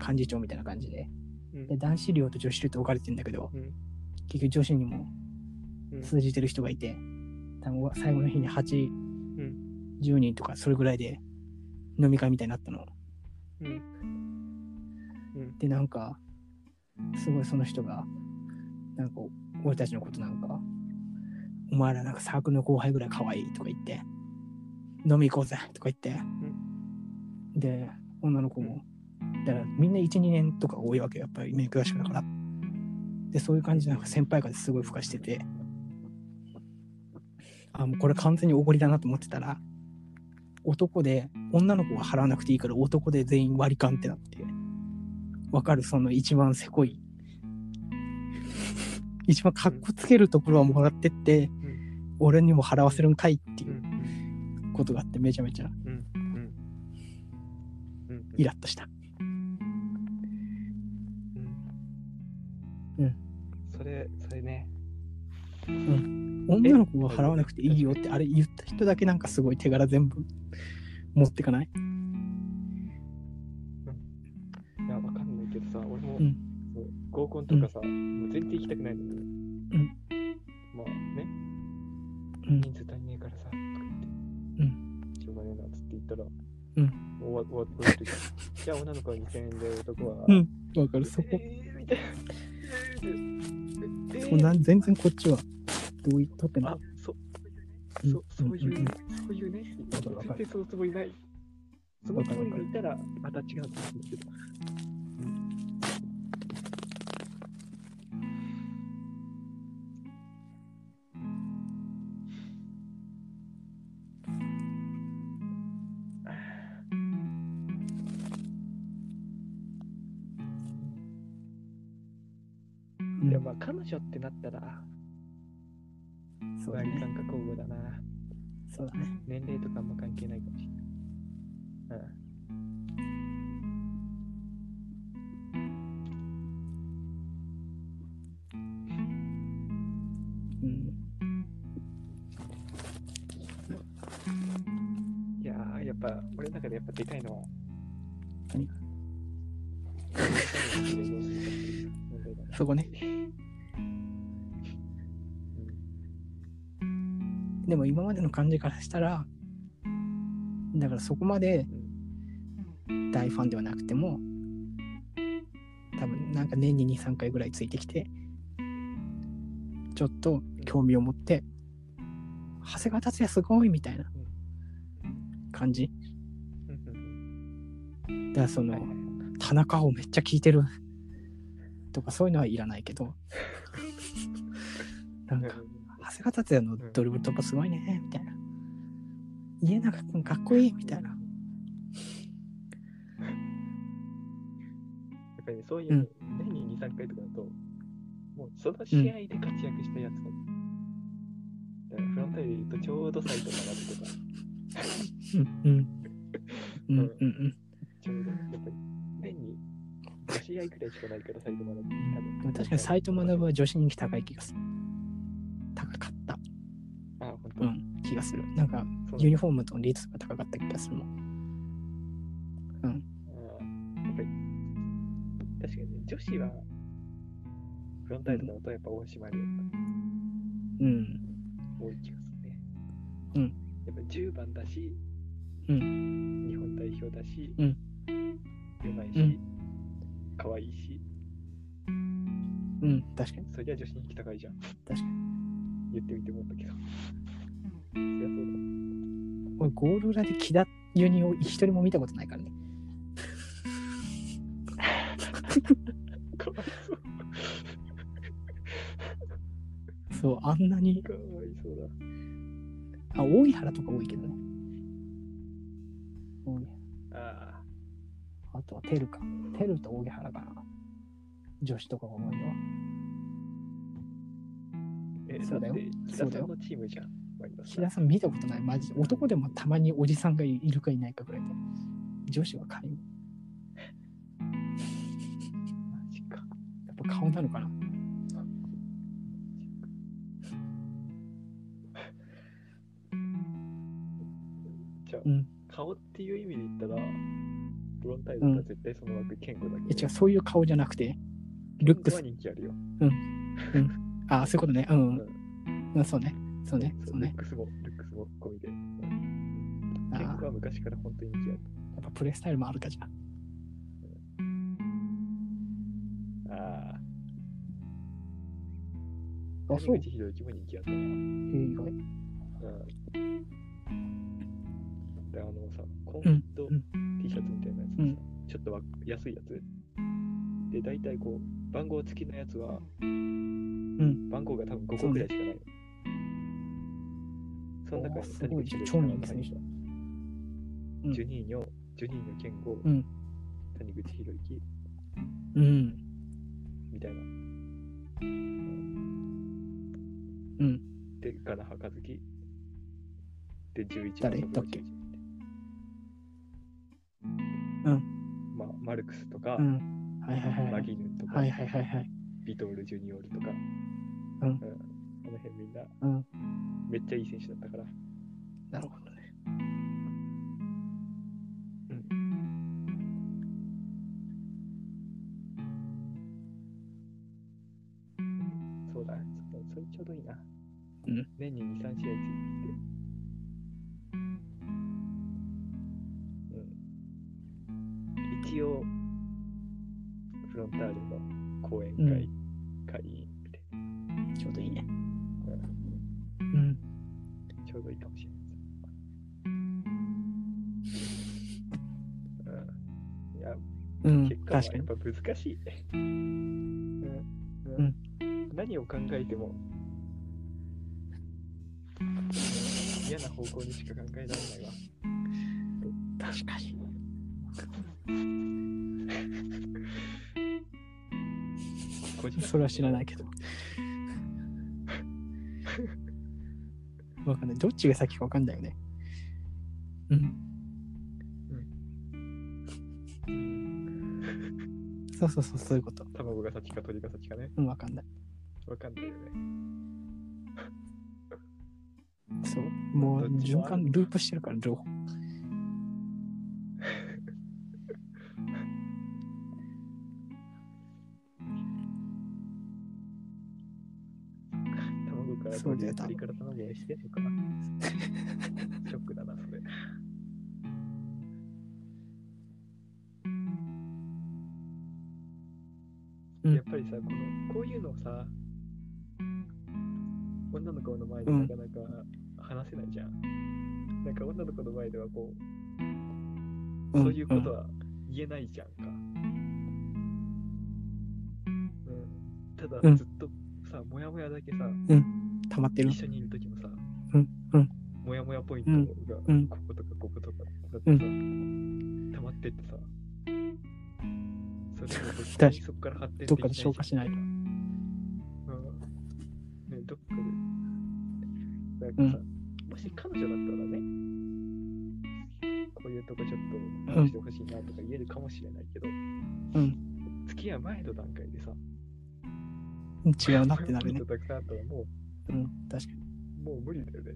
Speaker 1: 幹事長みたいな感じで
Speaker 2: うん
Speaker 1: で男子寮と女子寮って分かれてんだけど、
Speaker 2: うん
Speaker 1: 結局女子にも
Speaker 2: うん
Speaker 1: 通じてる人がいて多分最後の日に810
Speaker 2: ん
Speaker 1: 人とかそれぐらいで飲み会みたいになったの
Speaker 2: うん
Speaker 1: でなんかすごいその人がなんか俺たちのことなんかお前らなんかサークルの後輩ぐらい可愛いとか言って飲み行こうぜとか言って、で女の子もだからみんな12年とか多いわけやっぱりメイク合宿だからでそういう感じでなんか先輩風すごい付加しててあもうこれ完全におごりだなと思ってたら男で女の子は払わなくていいから男で全員割り勘ってなってわかるその一番せこい 一番かっこつけるところはもらってって、俺にも払わせるんかいっていうことがあってめちゃめちゃイラッとしたうん
Speaker 2: それそれね
Speaker 1: 女の子は払わなくていいよってあれ言った人だけなんかすごい手柄全部持ってかない
Speaker 2: いやわかんないけどさ俺も、
Speaker 1: うん
Speaker 2: そう合コンとかさ、もう全然行きたくないのに、
Speaker 1: ん
Speaker 2: まあね
Speaker 1: うん
Speaker 2: 人数足りねえからさとか言って、
Speaker 1: う
Speaker 2: しょうがねえなっつって言ったら、
Speaker 1: うん
Speaker 2: 終わ終わ終わってるじゃんじゃあ女の子は2000円で男は、
Speaker 1: うんわかるそこ
Speaker 2: えーみたいなえーみたいな
Speaker 1: そんな全然こっちは同意取ってない
Speaker 2: あそ
Speaker 1: うん
Speaker 2: そそういう、
Speaker 1: うん
Speaker 2: そういうね、
Speaker 1: わかるわか
Speaker 2: 全
Speaker 1: る
Speaker 2: 然そのつもりない。そのつもりがいたら、また違うと思うんだけど。
Speaker 1: うん
Speaker 2: いや、まあ、彼女ってなったら、
Speaker 1: そうだ
Speaker 2: 割り
Speaker 1: ね
Speaker 2: 勘か交互だな。
Speaker 1: そうだね
Speaker 2: 年齢とかあんま関係ないかもしれない。
Speaker 1: うん
Speaker 2: うん、いやー、やっぱ、俺の中でやっぱでかいのは。
Speaker 1: 何
Speaker 2: が問題だな
Speaker 1: そこねでも今までの感じからしたらだからそこまで大ファンではなくても多分なんか年に23回ぐらいついてきてちょっと興味を持って長谷川達也すごいみたいな感じ
Speaker 2: うんうんうん
Speaker 1: だからそ
Speaker 2: うん
Speaker 1: の、
Speaker 2: はいはい
Speaker 1: 田中をめっちゃ聞いてるとかそういうのはいらないけ どなんか
Speaker 2: うん
Speaker 1: 長谷川達也のドリブル突破すごいねみたいな家長くんかっこいいみたいな。
Speaker 2: やっぱりね、そういう、年に2、3回とかだと、もうその試合で活躍したやつとか、だからフロンターレで言うとちょうどサイトが並ぶとか、
Speaker 1: うんうん。うんうんうん
Speaker 2: ちょうど、やっぱり年に5試合くらいしかないからサイト学ぶ。
Speaker 1: でも確かに斎藤学は女子人気高い気がする。高かった。
Speaker 2: あ、本当、
Speaker 1: うん。気がする。なんか、
Speaker 2: そう
Speaker 1: ユニフォームと率が高かった気がするもん。
Speaker 2: あーやっぱり、確かにね、女子は、フロンターレだとやっぱ大島で
Speaker 1: うん。
Speaker 2: 多い気がするね。
Speaker 1: うん。
Speaker 2: やっぱ10番だし、
Speaker 1: う
Speaker 2: 日本代表だし、
Speaker 1: うん
Speaker 2: うまいし、
Speaker 1: うん
Speaker 2: かわいいし、
Speaker 1: うん。確かに。
Speaker 2: そりゃ女子人気高いじゃん。
Speaker 1: 確かに。
Speaker 2: 言ってみて思ったけど。そりゃそうだ。
Speaker 1: 俺、ゴール裏で木田ユニを一人も見たことないから ね。
Speaker 2: かわいそう。
Speaker 1: そう、あんなに。
Speaker 2: かわいそうだ。
Speaker 1: あ、大井原とか多いけどね。大井
Speaker 2: ああ、
Speaker 1: 原あとはテルか。テルと大井原かな。女子とかが多いのは。
Speaker 2: え
Speaker 1: そうだよ
Speaker 2: だって、木
Speaker 1: そ
Speaker 2: 田
Speaker 1: うだ
Speaker 2: さ
Speaker 1: よ
Speaker 2: んのチームじゃん。マリノス
Speaker 1: 木田さん見たことない。マジで。男でもたまにおじさんがいるかいないかぐらいで。女子は仮に。
Speaker 2: マジか。
Speaker 1: やっぱ顔なのかな。
Speaker 2: じゃあ、
Speaker 1: うん
Speaker 2: 顔っていう意味で言ったら、フロンターレだったら絶対その枠、健吾だ
Speaker 1: え、
Speaker 2: け
Speaker 1: 違
Speaker 2: ど。
Speaker 1: う、そういう顔じゃなくて、ルック
Speaker 2: は
Speaker 1: ス。
Speaker 2: 人気あるよ。
Speaker 1: あ、そういうことね。うんうん。うん、そうね。そうね。
Speaker 2: そ
Speaker 1: そうう
Speaker 2: ルッ
Speaker 1: ね。
Speaker 2: クスも、ルックスも込みで。
Speaker 1: あ
Speaker 2: 健吾
Speaker 1: ー
Speaker 2: は昔から本当に人気ある。
Speaker 1: やっぱプレイスタイルもあるかじゃん。
Speaker 2: ああ。
Speaker 1: あ、そう。へ
Speaker 2: 谷口博之も人気あったな。うん。
Speaker 1: え、意外。
Speaker 2: で、あのさ、コ
Speaker 1: う
Speaker 2: ン
Speaker 1: ん
Speaker 2: ト
Speaker 1: うん
Speaker 2: T シャツみたいなやつ
Speaker 1: う
Speaker 2: で
Speaker 1: ん
Speaker 2: さ、ちょっとわ安いやつ。で、大体こう、番号付きのやつは、
Speaker 1: ん
Speaker 2: 番号が多分5個くらいしかないの。その中
Speaker 1: お
Speaker 2: に
Speaker 1: ーすごいじゃん
Speaker 2: 谷口
Speaker 1: 超
Speaker 2: 博之
Speaker 1: 人気選手だ。うん
Speaker 2: ジュニーニョ、ジュニーニョ健吾、
Speaker 1: うん
Speaker 2: 谷口博之
Speaker 1: うん。
Speaker 2: みたいな。
Speaker 1: うん。
Speaker 2: で、ガナハカズキ。で、11
Speaker 1: 誰
Speaker 2: 番
Speaker 1: だっけ
Speaker 2: うん。まあ、マルクスとか、
Speaker 1: うん。はいはいはいは
Speaker 2: マ
Speaker 1: い。
Speaker 2: ギヌンとか、
Speaker 1: はいはいはいはい。
Speaker 2: ビトール・ジュニオールとか、
Speaker 1: うん
Speaker 2: あの辺みんな、
Speaker 1: うん
Speaker 2: めっちゃいい選手だったから。
Speaker 1: なるほどね。
Speaker 2: そうだ、そうだそれちょうどいいな。
Speaker 1: うん
Speaker 2: 年に2、3試合ついてきて。うん。一応、フロンターレの講演会、
Speaker 1: うん
Speaker 2: 会員で、
Speaker 1: ちょうどいいね。
Speaker 2: うん
Speaker 1: うん。
Speaker 2: ちょうどいいかもしれない。うん、いや、
Speaker 1: うん
Speaker 2: 結、果は
Speaker 1: 確か
Speaker 2: やっ
Speaker 1: に。
Speaker 2: ぱ難しい。うん
Speaker 1: う
Speaker 2: 何を考えても嫌な方向にしか考えられないわ。
Speaker 1: 確かに。
Speaker 2: 個人的に
Speaker 1: それは知らないけど。わかんない。どっちが先かわかんないよね。うん。そうそうそう、そういうこと。
Speaker 2: 卵が先か鳥が先かね。
Speaker 1: うん、わかんない。
Speaker 2: わかんないよね。
Speaker 1: そう。もう
Speaker 2: どっち
Speaker 1: 循
Speaker 2: もある
Speaker 1: 環、ループしてるから、両方。
Speaker 2: 卵から
Speaker 1: そう
Speaker 2: 鳥
Speaker 1: だよ
Speaker 2: 鳥から卵にして んのかな。ショックだな、それ。
Speaker 1: うん
Speaker 2: やっぱりさ、このこういうのをさ、女の子の前でなかなか話せないじゃん。なんか女の子の前ではこう、そういうこと
Speaker 1: は。
Speaker 2: は言えないじゃんか。うん、ただ、
Speaker 1: うん
Speaker 2: ずっとさ、もやもやだけさ、
Speaker 1: うん溜まってる
Speaker 2: 一。緒にいるときもさ、
Speaker 1: うんうん
Speaker 2: もやもモヤポイントが
Speaker 1: うん
Speaker 2: 5個とか5個とかだってさ、溜まってってさ、そ れが別にそこから発展でき
Speaker 1: どっかで消化しないと
Speaker 2: うんね、どっかで。なんかさ、もし彼女だったらね、こういうとこちょっと直してほしいなとか言えるかもしれないけど、付き合う前の段階でさ、
Speaker 1: 違うなってなるね
Speaker 2: ポイン。トたくさんあったらも
Speaker 1: うん、確かに。
Speaker 2: う、もう無理だよね。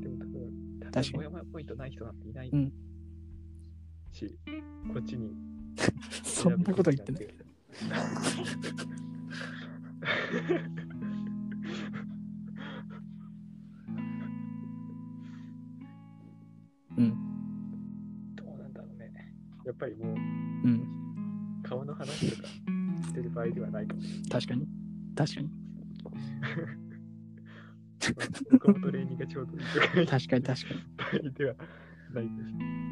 Speaker 2: でも多分、多
Speaker 1: 確か
Speaker 2: 分
Speaker 1: に
Speaker 2: もやもやポイントない人なんていない
Speaker 1: うん
Speaker 2: し、こっちに
Speaker 1: そんなこと言って ない。うん。
Speaker 2: どうなんだろうね。やっぱりもう
Speaker 1: うん、
Speaker 2: 顔の話とかしてる場合ではないかもしれない。
Speaker 1: 確かに。確 かに。
Speaker 2: 僕もトレーニングがちょうどいいとかいう
Speaker 1: 確かに、確かに。
Speaker 2: 場合ではないです。